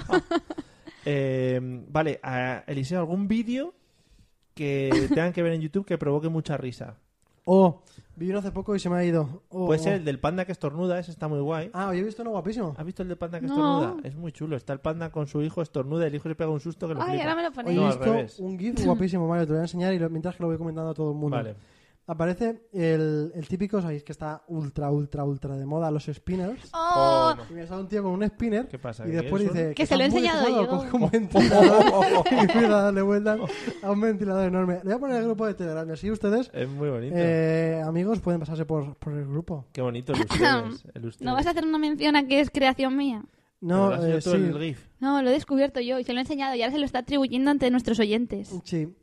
Speaker 1: Eh, vale, a- Eliseo, ¿algún vídeo que tengan que ver en YouTube que provoque mucha risa?
Speaker 2: Oh, vi uno hace poco y se me ha ido. Oh,
Speaker 1: Puede ser
Speaker 2: oh.
Speaker 1: el del panda que estornuda, ese está muy guay.
Speaker 2: Ah, yo he visto uno guapísimo.
Speaker 1: ¿Has visto el del panda que
Speaker 3: No.
Speaker 1: estornuda? Es muy chulo. Está el panda con su hijo, estornuda, el hijo le pega un susto que lo
Speaker 3: Ay,
Speaker 1: flipa.
Speaker 3: ahora me lo
Speaker 2: Hoy
Speaker 3: ponéis.
Speaker 2: he
Speaker 1: No, al revés.
Speaker 2: visto un GIF guapísimo, Mario. Te lo voy a enseñar y lo- mientras que lo voy comentando a todo el mundo.
Speaker 1: Vale.
Speaker 2: Aparece el, el típico, sabéis que está ultra, ultra, ultra de moda, los spinners.
Speaker 3: ¡Oh!
Speaker 2: Y me sale un tío con un spinner.
Speaker 1: ¿Qué pasa,
Speaker 2: Y
Speaker 1: que
Speaker 2: después
Speaker 1: quieres
Speaker 2: dice.
Speaker 1: uno?
Speaker 3: Que se lo he
Speaker 2: está muy
Speaker 3: enseñado
Speaker 2: fumado,
Speaker 3: yo.
Speaker 2: Coge un ventilador y empieza a darle vueltas a un ventilador enorme. Le voy a poner el grupo de Telegram. y Así ustedes,
Speaker 1: Es muy bonito.
Speaker 2: eh, amigos, pueden pasarse por, por el grupo.
Speaker 1: Qué bonito el ustedes. el ustedes.
Speaker 3: ¿No vas a hacer una mención a que es creación mía?
Speaker 2: No,
Speaker 1: Pero has hecho
Speaker 2: eh,
Speaker 1: tú
Speaker 2: sí.
Speaker 1: el GIF.
Speaker 3: No, lo he descubierto yo y se lo he enseñado y ahora se lo está atribuyendo ante nuestros oyentes.
Speaker 2: Sí.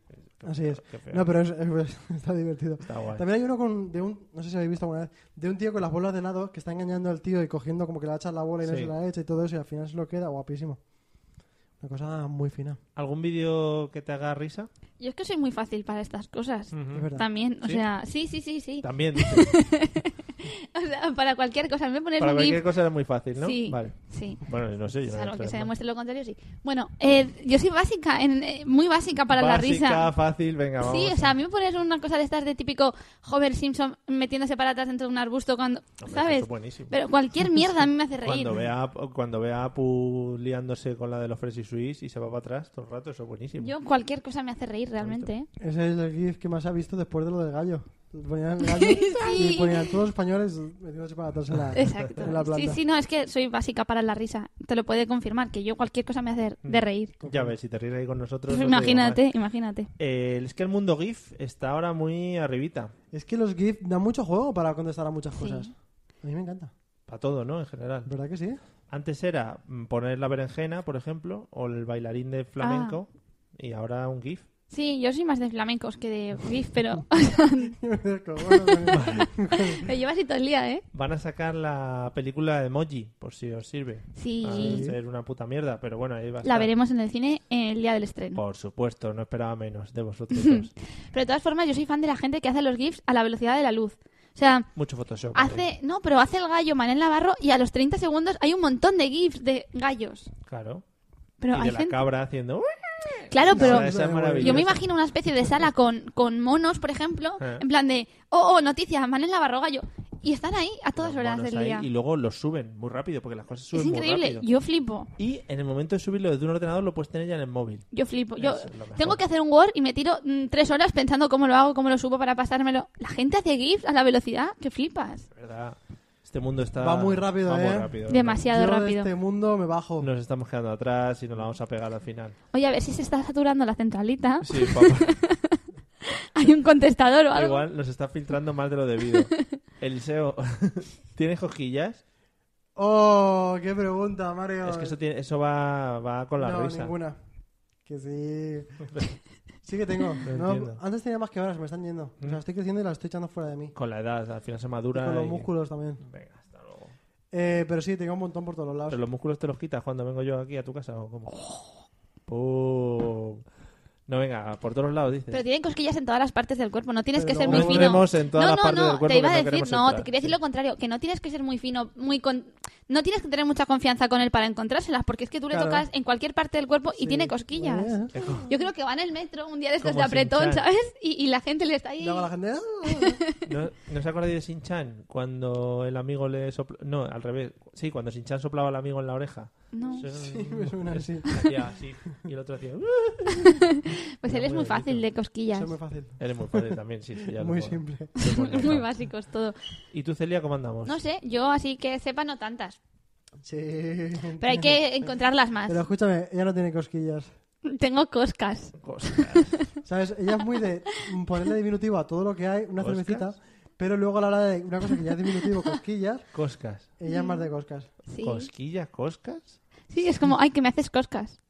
Speaker 2: Así es.
Speaker 1: Qué feo.
Speaker 2: No, pero es- es- está divertido.
Speaker 1: Está guay.
Speaker 2: También hay uno con, de un, no sé si habéis visto alguna vez, de un tío con las bolas de helado que está engañando al tío y cogiendo como que le echas la bola y no
Speaker 1: Sí.
Speaker 2: se la echa y todo eso y al final se lo queda guapísimo. Una cosa muy fina,
Speaker 1: ¿Algún vídeo que te haga risa?
Speaker 3: Yo es que soy muy fácil para estas cosas.
Speaker 2: es verdad.
Speaker 3: También, o
Speaker 1: ¿Sí?
Speaker 3: sea, sí, sí, sí, sí.
Speaker 1: También. dice.
Speaker 3: O sea, para cualquier cosa, me pones
Speaker 1: Para
Speaker 3: un
Speaker 1: cualquier
Speaker 3: GIF.
Speaker 1: cosa era muy fácil, ¿no?
Speaker 3: Sí,
Speaker 1: Vale.
Speaker 3: sí.
Speaker 1: Bueno, no sé. Yo no
Speaker 3: Salvo
Speaker 1: sé
Speaker 3: que se
Speaker 1: más.
Speaker 3: demuestre lo contrario, sí. Bueno, eh, yo soy básica, en- eh, muy básica para
Speaker 1: Básica,
Speaker 3: la risa.
Speaker 1: fácil, venga, vamos.
Speaker 3: Sí, o sea, a mí me pones una cosa de estas de típico Homer Simpson metiéndose para atrás dentro de un arbusto cuando,
Speaker 1: Hombre,
Speaker 3: ¿sabes?
Speaker 1: eso es buenísimo.
Speaker 3: Pero cualquier mierda a mí me hace reír.
Speaker 1: Cuando vea, cuando vea a Apu liándose con la de los Fresh y Swiss y se va para atrás todo el rato, eso es buenísimo.
Speaker 3: Yo cualquier cosa me hace reír realmente, ¿eh?
Speaker 2: Ese es el GIF que más ha visto después de lo del gallo. Ponían el gallo y ponían todos los españoles metiéndose para atrás en la,
Speaker 3: Exacto.
Speaker 2: en la planta.
Speaker 3: Sí, sí, no, es que soy básica para la risa. Te lo puede confirmar, que yo cualquier cosa me hace de reír.
Speaker 1: Ya ves, si te ríes ahí con nosotros.
Speaker 3: Pues
Speaker 1: no te digo
Speaker 3: imagínate,
Speaker 1: más.
Speaker 3: imagínate.
Speaker 1: Eh, es que el mundo GIF está ahora muy arribita.
Speaker 2: Es que los GIF dan mucho juego para contestar a muchas
Speaker 3: Sí.
Speaker 2: cosas. A mí me encanta.
Speaker 1: Para todo, ¿no? En general.
Speaker 2: ¿Verdad que sí?
Speaker 1: Antes era mm, poner la berenjena, por ejemplo, o el bailarín de flamenco,
Speaker 3: Ah.
Speaker 1: y ahora un GIF.
Speaker 3: Sí, yo soy más de flamencos que de GIF, pero lo llevas así todo el día, ¿eh?
Speaker 1: Van a sacar la película de Emoji, por si os sirve.
Speaker 3: Ah, Sí.
Speaker 1: Va a ser una puta mierda, pero bueno, ahí va a
Speaker 3: La
Speaker 1: estar.
Speaker 3: veremos en el cine el día del estreno.
Speaker 1: Por supuesto, no esperaba menos de vosotros dos.
Speaker 3: Pero de todas formas, yo soy fan de la gente que hace los GIFs a la velocidad de la luz. O sea,
Speaker 1: Mucho Photoshop. ¿eh?
Speaker 3: hace. No, pero hace el gallo Manel Navarro y a los 30 segundos hay un montón de GIFs de gallos.
Speaker 1: Claro.
Speaker 3: Pero
Speaker 1: y de
Speaker 3: hay
Speaker 1: la
Speaker 3: gente.
Speaker 1: cabra haciendo...
Speaker 3: Claro, pero.
Speaker 1: Esa- esa es maravillosa.
Speaker 3: Yo me imagino una especie de sala con, con monos, por ejemplo,
Speaker 1: Eh.
Speaker 3: en plan de, oh, oh, noticias, Manel Navarro, gallo. Y están ahí a todas
Speaker 1: Los
Speaker 3: horas
Speaker 1: monos
Speaker 3: del
Speaker 1: ahí,
Speaker 3: día.
Speaker 1: Y luego los suben muy rápido, porque las cosas
Speaker 3: Es
Speaker 1: suben muy
Speaker 3: increíble,
Speaker 1: rápido.
Speaker 3: yo flipo.
Speaker 1: Y en el momento de subirlo desde un ordenador lo puedes tener ya en el móvil.
Speaker 3: Yo flipo. Yo
Speaker 1: Eso es lo mejor.
Speaker 3: tengo que hacer un Word y me tiro mm, tres horas pensando cómo lo hago, cómo lo subo para pasármelo. La gente hace GIFs a la velocidad que flipas.
Speaker 1: De verdad. Este mundo está...
Speaker 2: Va muy rápido,
Speaker 1: va muy
Speaker 2: ¿eh?
Speaker 1: rápido,
Speaker 3: Demasiado
Speaker 2: Yo de
Speaker 3: rápido.
Speaker 2: este mundo me bajo.
Speaker 1: Nos estamos quedando atrás y nos la vamos a pegar al final.
Speaker 3: Oye, a ver si se está saturando la centralita.
Speaker 1: Sí, papá.
Speaker 3: Hay un contestador o algo.
Speaker 1: Igual nos está filtrando más de lo debido. E Eliseo, ¿tienes cosquillas?
Speaker 2: Oh, qué pregunta, Mario.
Speaker 1: Es que eso, tiene- eso va, va con la
Speaker 2: no,
Speaker 1: risa.
Speaker 2: ninguna. Que sí. sí que tengo. No,
Speaker 1: entiendo. Mm.
Speaker 2: antes tenía más que ahora, se me están yendo. O sea, estoy creciendo y la estoy echando fuera de mí.
Speaker 1: Con la edad, al final se madura.
Speaker 2: Y con los
Speaker 1: y-
Speaker 2: músculos también.
Speaker 1: Venga, hasta luego.
Speaker 2: Eh, pero sí, tengo un montón por todos los lados.
Speaker 1: ¿Pero los músculos te los quitas cuando vengo yo aquí a tu casa o cómo?
Speaker 2: Oh.
Speaker 1: ¡Pum! No, venga, por todos lados dices.
Speaker 3: Pero tienen cosquillas en todas las partes del cuerpo, no tienes que
Speaker 2: Pero
Speaker 3: ser
Speaker 2: no
Speaker 3: muy fino.
Speaker 1: entremos en todas
Speaker 3: no,
Speaker 1: las
Speaker 3: no,
Speaker 1: partes
Speaker 3: no,
Speaker 1: del cuerpo
Speaker 3: te iba
Speaker 1: que
Speaker 3: a
Speaker 1: no
Speaker 3: decir,
Speaker 1: queremos
Speaker 3: no,
Speaker 1: entrar.
Speaker 3: te quería decir
Speaker 1: Sí.
Speaker 3: lo contrario, que no tienes que ser muy fino, muy con... No tienes que tener mucha confianza con él para encontrárselas, porque es que tú le
Speaker 1: Claro.
Speaker 3: tocas en cualquier parte del cuerpo y tiene cosquillas.
Speaker 2: Eh,
Speaker 1: Qué co-
Speaker 3: Yo creo que va en el metro un día de estos
Speaker 1: Como
Speaker 3: de apretón,
Speaker 1: Shin-chan.
Speaker 3: ¿sabes? Y, y la gente le está ahí.
Speaker 2: Luego la gente. "Ah".
Speaker 1: ¿No, no os acordáis de Shin-Chan? Cuando el amigo le sopla... No, al revés. Sí, cuando Shin-Chan soplaba al amigo en la oreja.
Speaker 3: No.
Speaker 1: Eso era
Speaker 2: Sí,
Speaker 1: un-
Speaker 2: me suena así.
Speaker 1: Hacía así. Y el otro hacía... "Uh".
Speaker 3: Pues
Speaker 1: Era
Speaker 3: él es
Speaker 1: muy
Speaker 3: muy fácil
Speaker 1: bonito.
Speaker 3: de cosquillas.
Speaker 2: Eso es muy fácil.
Speaker 1: Eres muy padre también, sí. sí, ya lo
Speaker 2: Muy
Speaker 1: puedo-
Speaker 2: simple.
Speaker 1: lo hemos
Speaker 3: Muy
Speaker 1: notado.
Speaker 3: básicos todo.
Speaker 1: ¿Y tú, Celia, cómo andamos?
Speaker 3: No sé, yo así que sepa no tantas.
Speaker 2: Sí.
Speaker 3: Pero hay que encontrarlas más.
Speaker 2: Pero escúchame, ella no tiene cosquillas.
Speaker 3: Tengo coscas.
Speaker 1: Cosas.
Speaker 2: ¿Sabes? Ella es muy de ponerle diminutivo a todo lo que hay, una
Speaker 1: ¿Coscas?
Speaker 2: cervecita, pero luego a la hora de una cosa que ya es diminutivo, cosquillas,
Speaker 1: Coscas.
Speaker 2: ella es más de coscas.
Speaker 3: Sí.
Speaker 1: ¿Cosquillas? ¿Coscas?
Speaker 3: sí, es como, ay, que me haces coscas.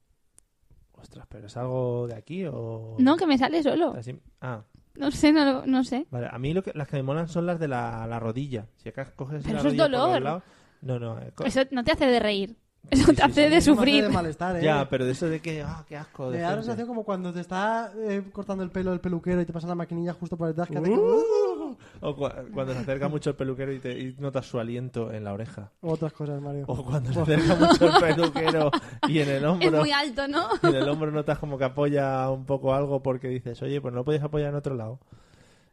Speaker 1: Ostras, ¿pero es algo de aquí o...?
Speaker 3: No, que me sale solo.
Speaker 1: Así- Ah,
Speaker 3: No sé, no, lo- no sé.
Speaker 1: vale. A mí lo que- las que me molan son las de la, la rodilla. Si acá coges
Speaker 3: Pero
Speaker 1: la
Speaker 3: eso es
Speaker 1: rodilla por los
Speaker 3: dolor.
Speaker 1: lados- No, no. eh, co-
Speaker 3: Eso no te hace de reír.
Speaker 1: Sí,
Speaker 3: Eso
Speaker 1: sí,
Speaker 3: te hace
Speaker 1: sí.
Speaker 3: de
Speaker 2: Es más
Speaker 3: sufrir.
Speaker 2: de malestar, ¿eh?
Speaker 1: Ya, pero de eso de que... Ah, qué asco.
Speaker 2: Me
Speaker 1: de
Speaker 2: da la
Speaker 1: gente.
Speaker 2: sensación como cuando te está eh, cortando el pelo el peluquero y te pasa la maquinilla justo por detrás. que hace
Speaker 1: Uh, o cua- cuando se acerca mucho el peluquero y, te, y notas su aliento en la oreja.
Speaker 2: como- Otras cosas, Mario.
Speaker 1: O cuando se acerca mucho el peluquero y en el
Speaker 3: Es
Speaker 1: hombro
Speaker 3: muy alto, ¿no?
Speaker 1: y en el hombro notas como que apoya un poco algo porque dices, oye, pues no lo puedes apoyar en otro lado.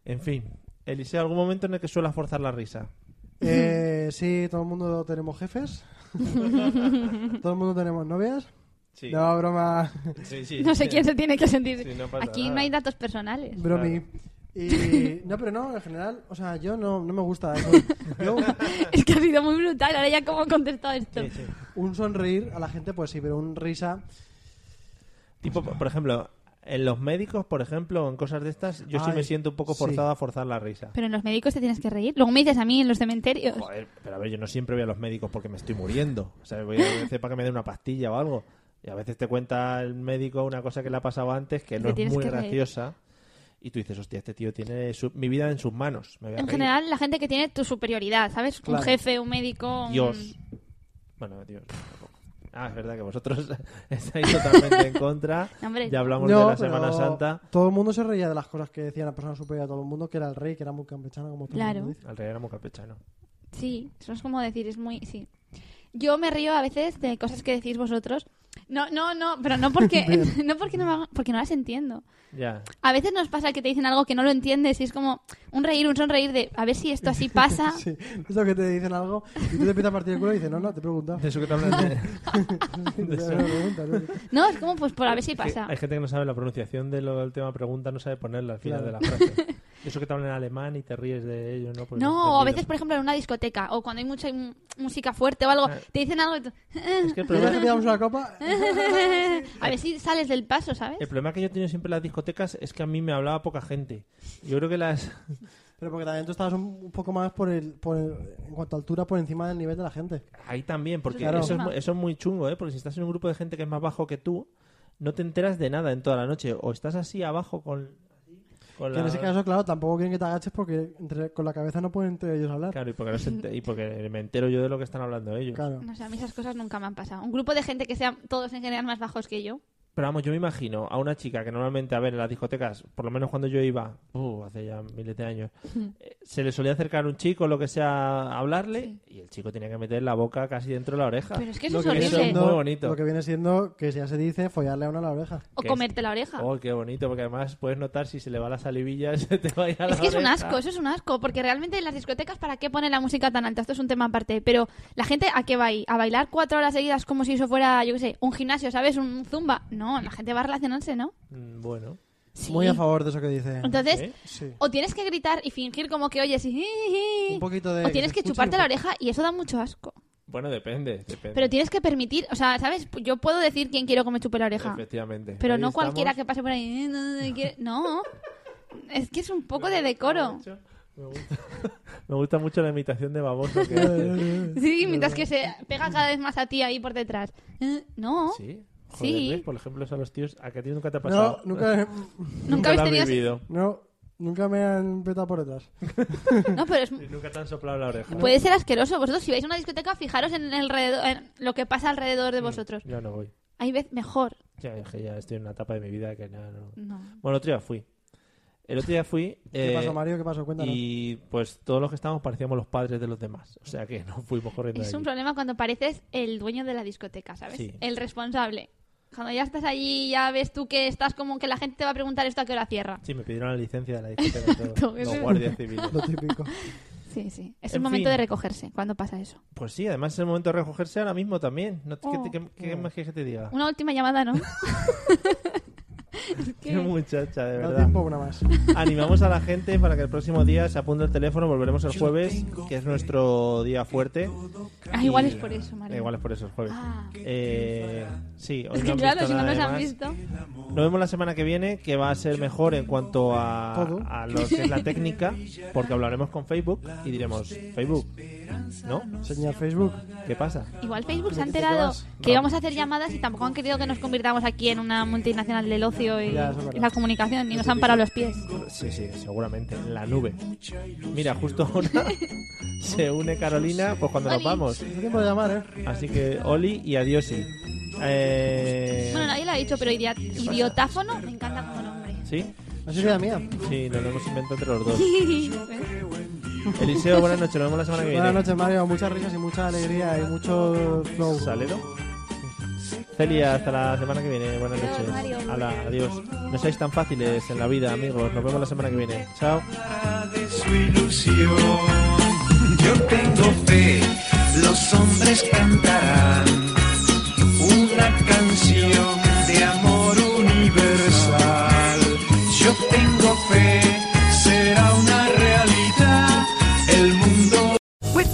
Speaker 1: En fin, Eliseo, ¿algún momento en el que suelas forzar la risa?
Speaker 2: Eh, sí, todo el mundo tenemos jefes. todo el mundo tenemos novias.
Speaker 1: Sí,
Speaker 2: No, broma.
Speaker 1: sí, sí.
Speaker 3: No sé quién se tiene que sentir.
Speaker 1: Sí, no pasa
Speaker 3: Aquí
Speaker 1: nada.
Speaker 3: no hay datos personales.
Speaker 2: Bromi. Y, no, pero no, en general, o sea, yo no, no me gusta eso. Yo
Speaker 3: Es que ha sido muy brutal. Ahora ya cómo he contestado esto.
Speaker 1: Sí, sí.
Speaker 2: un sonreír a la gente, pues sí, pero un risa.
Speaker 1: Tipo, por ejemplo, en los médicos, por ejemplo, o en cosas de estas, yo sí
Speaker 2: Ay,
Speaker 1: me siento un poco
Speaker 2: sí.
Speaker 1: forzado a forzar la risa.
Speaker 3: Pero en los médicos te tienes que reír. Luego me dices a mí en los cementerios.
Speaker 1: Joder, pero a ver, yo no siempre voy a los médicos porque me estoy muriendo. O sea, voy a veces para que me den una pastilla o algo. Y a veces te cuenta el médico una cosa que le ha pasado antes que
Speaker 3: Y
Speaker 1: no
Speaker 3: te
Speaker 1: es
Speaker 3: tienes
Speaker 1: muy
Speaker 3: que reír.
Speaker 1: graciosa. Y tú dices, hostia, este tío tiene su- mi vida en sus manos. Me voy a
Speaker 3: En
Speaker 1: reír.
Speaker 3: general, la gente que tiene tu superioridad, ¿sabes?
Speaker 2: Claro.
Speaker 3: Un jefe, un médico. un-
Speaker 1: Dios.
Speaker 3: mm.
Speaker 1: Bueno, Dios. tampoco. Ah, es verdad que vosotros estáis totalmente en contra.
Speaker 3: No, hombre.
Speaker 1: Ya hablamos
Speaker 2: No,
Speaker 1: de la
Speaker 2: pero
Speaker 1: Semana Santa.
Speaker 2: Todo el mundo se reía de las cosas que decía la persona superior a todo el mundo, que era el rey, que era muy campechano, como todo
Speaker 3: Claro.
Speaker 2: el mundo dice.
Speaker 1: Al rey era muy campechano.
Speaker 3: Sí, eso es como decir, es muy. Sí. Yo me río a veces de cosas que decís vosotros. No, no, no, pero no porque no porque no, me haga- porque no las entiendo.
Speaker 1: Ya.
Speaker 3: A veces nos pasa que te dicen algo que no lo entiendes y es como un reír, un sonreír de a ver si esto así pasa.
Speaker 2: Sí, eso que te dicen algo y tú te empiezas a partir el culo y dices, no, no, te preguntas.
Speaker 1: De eso que te hablan de-
Speaker 2: Te
Speaker 1: eso.
Speaker 2: preguntas, ¿no?
Speaker 3: No, es como pues por a ver si
Speaker 1: Que
Speaker 3: pasa.
Speaker 1: Hay gente que no sabe la pronunciación de lo- del tema pregunta, no sabe ponerla al final
Speaker 2: Claro.
Speaker 1: de la frase. Eso que te hablan en alemán y te ríes de ello, ¿no? Pues
Speaker 3: No, o a
Speaker 1: entendido.
Speaker 3: veces, por ejemplo, en una discoteca o cuando hay mucha mm, música fuerte o algo,
Speaker 1: Eh.
Speaker 3: te dicen algo y tú,
Speaker 1: Es que el
Speaker 2: ¿Quieres que te
Speaker 1: problema,
Speaker 2: damos una copa?
Speaker 3: a ver si sales del paso, ¿sabes?
Speaker 1: el problema que yo he tenido siempre en las discotecas es que a mí me hablaba poca gente. Yo creo que las...
Speaker 2: Pero porque también tú estabas un un poco más por el, por el- en cuanto a altura, por encima del nivel de la gente.
Speaker 1: Ahí también, porque
Speaker 2: Claro.
Speaker 1: eso, es, mu- eso es muy chungo, ¿eh? Porque si estás en un grupo de gente que es más bajo que tú, no te enteras de nada en toda la noche. O estás así abajo con... con
Speaker 2: Que en
Speaker 1: la-
Speaker 2: ese caso, claro, tampoco quieren que te agaches porque entre- con la cabeza no pueden entre ellos hablar.
Speaker 1: Claro, y porque, no se ente- y porque me entero yo de lo que están hablando ellos.
Speaker 2: Claro.
Speaker 3: No sé, a mí esas cosas nunca me han pasado. Un grupo de gente que sean todos en general más bajos que yo.
Speaker 1: Pero vamos, yo me imagino a una chica que normalmente, a ver, en las discotecas, por lo menos cuando yo iba, uh, hace ya miles de años,
Speaker 3: Hmm.
Speaker 1: eh, se le solía acercar un chico, lo que sea, a hablarle, y el chico tenía que meter la boca casi dentro de la oreja.
Speaker 3: Pero es que eso
Speaker 2: Lo
Speaker 3: es
Speaker 2: que viene
Speaker 1: eso
Speaker 3: horrible.
Speaker 1: es muy bonito.
Speaker 2: Lo que viene siendo que ya se dice follarle a una a la oreja.
Speaker 3: O
Speaker 1: que
Speaker 3: comerte la oreja.
Speaker 1: Oh, qué bonito, porque además puedes notar si se le va la salivilla, se te va a ir a la
Speaker 3: Es que es un
Speaker 1: oreja.
Speaker 3: asco, eso es un asco, porque realmente en las discotecas, ¿para qué ponen la música tan alta? Esto es un tema aparte, pero la gente, ¿a qué va ahí? ¿A bailar cuatro horas seguidas como si eso fuera, yo qué sé, un gimnasio, ¿sabes? Un zumba. No, la gente va a relacionarse, ¿no?
Speaker 1: Mm, Bueno,
Speaker 3: Sí.
Speaker 2: Muy a favor de eso que dice.
Speaker 3: Entonces,
Speaker 1: ¿Eh?
Speaker 2: Sí.
Speaker 3: o tienes que gritar y fingir como que oyes y...
Speaker 2: Un poquito de.
Speaker 3: o tienes
Speaker 2: se
Speaker 3: que
Speaker 2: escuche
Speaker 3: chuparte
Speaker 2: un
Speaker 3: la
Speaker 2: po-
Speaker 3: oreja y eso da mucho asco.
Speaker 1: bueno, depende, depende.
Speaker 3: Pero tienes que permitir, o sea, ¿sabes? Yo puedo decir quién quiero que me chupe la oreja.
Speaker 1: Efectivamente.
Speaker 3: Pero
Speaker 1: Ahí
Speaker 3: no
Speaker 1: estamos.
Speaker 3: cualquiera que pase por ahí. "Eh, No, no, no quiero". No. es que es un poco de decoro.
Speaker 1: Me gusta, me gusta mucho la imitación de baboso que hace.
Speaker 3: Sí, mientras que se pega cada vez más a ti ahí por detrás. Eh, No.
Speaker 1: Sí. Joder,
Speaker 3: Sí.
Speaker 1: ¿ves? Por ejemplo, eso a los tíos, Pues ¿a que a ti nunca te ha pasado?
Speaker 2: No, nunca,
Speaker 3: Nunca
Speaker 1: lo
Speaker 3: habéis
Speaker 1: has
Speaker 3: tenido.
Speaker 1: vivido.
Speaker 2: no, nunca me han petado por detrás.
Speaker 3: No, pero es-
Speaker 1: Y Nunca te han soplado la oreja.
Speaker 3: puede ser asqueroso. Vosotros, si vais a una discoteca, fijaros en, el alrededor- en lo que pasa alrededor de vosotros.
Speaker 1: Yo no voy.
Speaker 3: Hay veces mejor.
Speaker 1: Ya, es que ya estoy en una etapa de mi vida que nada, no.
Speaker 3: No.
Speaker 1: Bueno, otro día fui. El otro día fui.
Speaker 2: ¿Qué
Speaker 1: eh,
Speaker 2: pasó, Mario? ¿Qué pasó? Cuéntanos.
Speaker 1: Y pues todos los que estábamos parecíamos los padres de los demás. O sea que no fuimos corriendo. de
Speaker 3: Es un
Speaker 1: allí.
Speaker 3: problema cuando pareces el dueño de la discoteca, ¿sabes?
Speaker 1: Sí.
Speaker 3: El responsable. Cuando ya estás allí, ya ves tú que estás como que la gente te va a preguntar esto a qué hora cierra.
Speaker 1: Sí, me pidieron la licencia de la discoteca. y todo.
Speaker 3: Exacto, eso
Speaker 1: los
Speaker 3: es-
Speaker 1: guardias civiles.
Speaker 2: Lo típico.
Speaker 3: Sí, sí. Es
Speaker 1: En
Speaker 3: el momento
Speaker 1: fin.
Speaker 3: de recogerse cuando pasa eso.
Speaker 1: Pues sí, además es el momento de recogerse ahora mismo también. No, ¿qué te- qué-
Speaker 3: Oh.
Speaker 1: qué más quieres que te diga?
Speaker 3: Una última llamada,
Speaker 1: Pues
Speaker 3: ¿no? Es que-
Speaker 1: Qué muchacha, de
Speaker 2: Da
Speaker 1: verdad.
Speaker 2: tiempo una más.
Speaker 1: Animamos a la gente para que el próximo día se apunte el teléfono. Volveremos el jueves, que es nuestro día fuerte.
Speaker 3: Ah, igual es por eso, Mario.
Speaker 1: Eh, Igual es por eso, el jueves.
Speaker 3: Ah.
Speaker 1: Eh, sí, hoy
Speaker 3: Es
Speaker 1: no
Speaker 3: que
Speaker 1: han
Speaker 3: claro,
Speaker 1: visto
Speaker 3: si no
Speaker 1: nada
Speaker 3: nos
Speaker 1: de
Speaker 3: han
Speaker 1: más.
Speaker 3: visto.
Speaker 1: Nos vemos la semana que viene, que va a ser mejor en cuanto a,
Speaker 2: Todo.
Speaker 1: a lo que es la técnica, porque hablaremos con Facebook y diremos, Facebook, ¿no?
Speaker 2: Señal Facebook.
Speaker 1: ¿Qué pasa?
Speaker 3: Igual Facebook se ha
Speaker 2: ¿De qué te
Speaker 3: enterado
Speaker 2: quedas?
Speaker 3: que íbamos a hacer llamadas y tampoco han querido que nos convirtamos aquí en una multinacional del ocio y,
Speaker 2: Ya, eso es verdad.
Speaker 3: y la comunicación y nos han parado los pies.
Speaker 1: Sí, sí, seguramente, en la nube. Mira, justo ahora se une Carolina, pues cuando nos
Speaker 3: Oli.
Speaker 1: vamos.
Speaker 2: No tiempo de llamar, ¿eh?
Speaker 1: Así que, Oli y Adiosi. Eh,
Speaker 3: Bueno, nadie lo ha dicho, pero idia- idiotáfono me encanta como nombre.
Speaker 1: ¿Sí?
Speaker 2: No es idea mía.
Speaker 1: Sí, nos lo hemos inventado entre los dos.
Speaker 3: ¿Ves?
Speaker 1: Eliseo, buenas noches, nos vemos la semana que viene.
Speaker 2: Buenas noches, Mario. Muchas risas y mucha alegría y mucho flow.
Speaker 1: Salero. Celia, hasta la semana que viene. Buenas
Speaker 3: Adiós,
Speaker 1: noches.
Speaker 3: Mario.
Speaker 1: Hala, adiós. No seáis tan fáciles en la vida, amigos. Nos vemos la semana que viene. Chao.
Speaker 5: de su ilusión. Yo tengo fe, los hombres cantarán una canción de amor universal. Yo tengo fe, será una realidad. El mundo
Speaker 6: With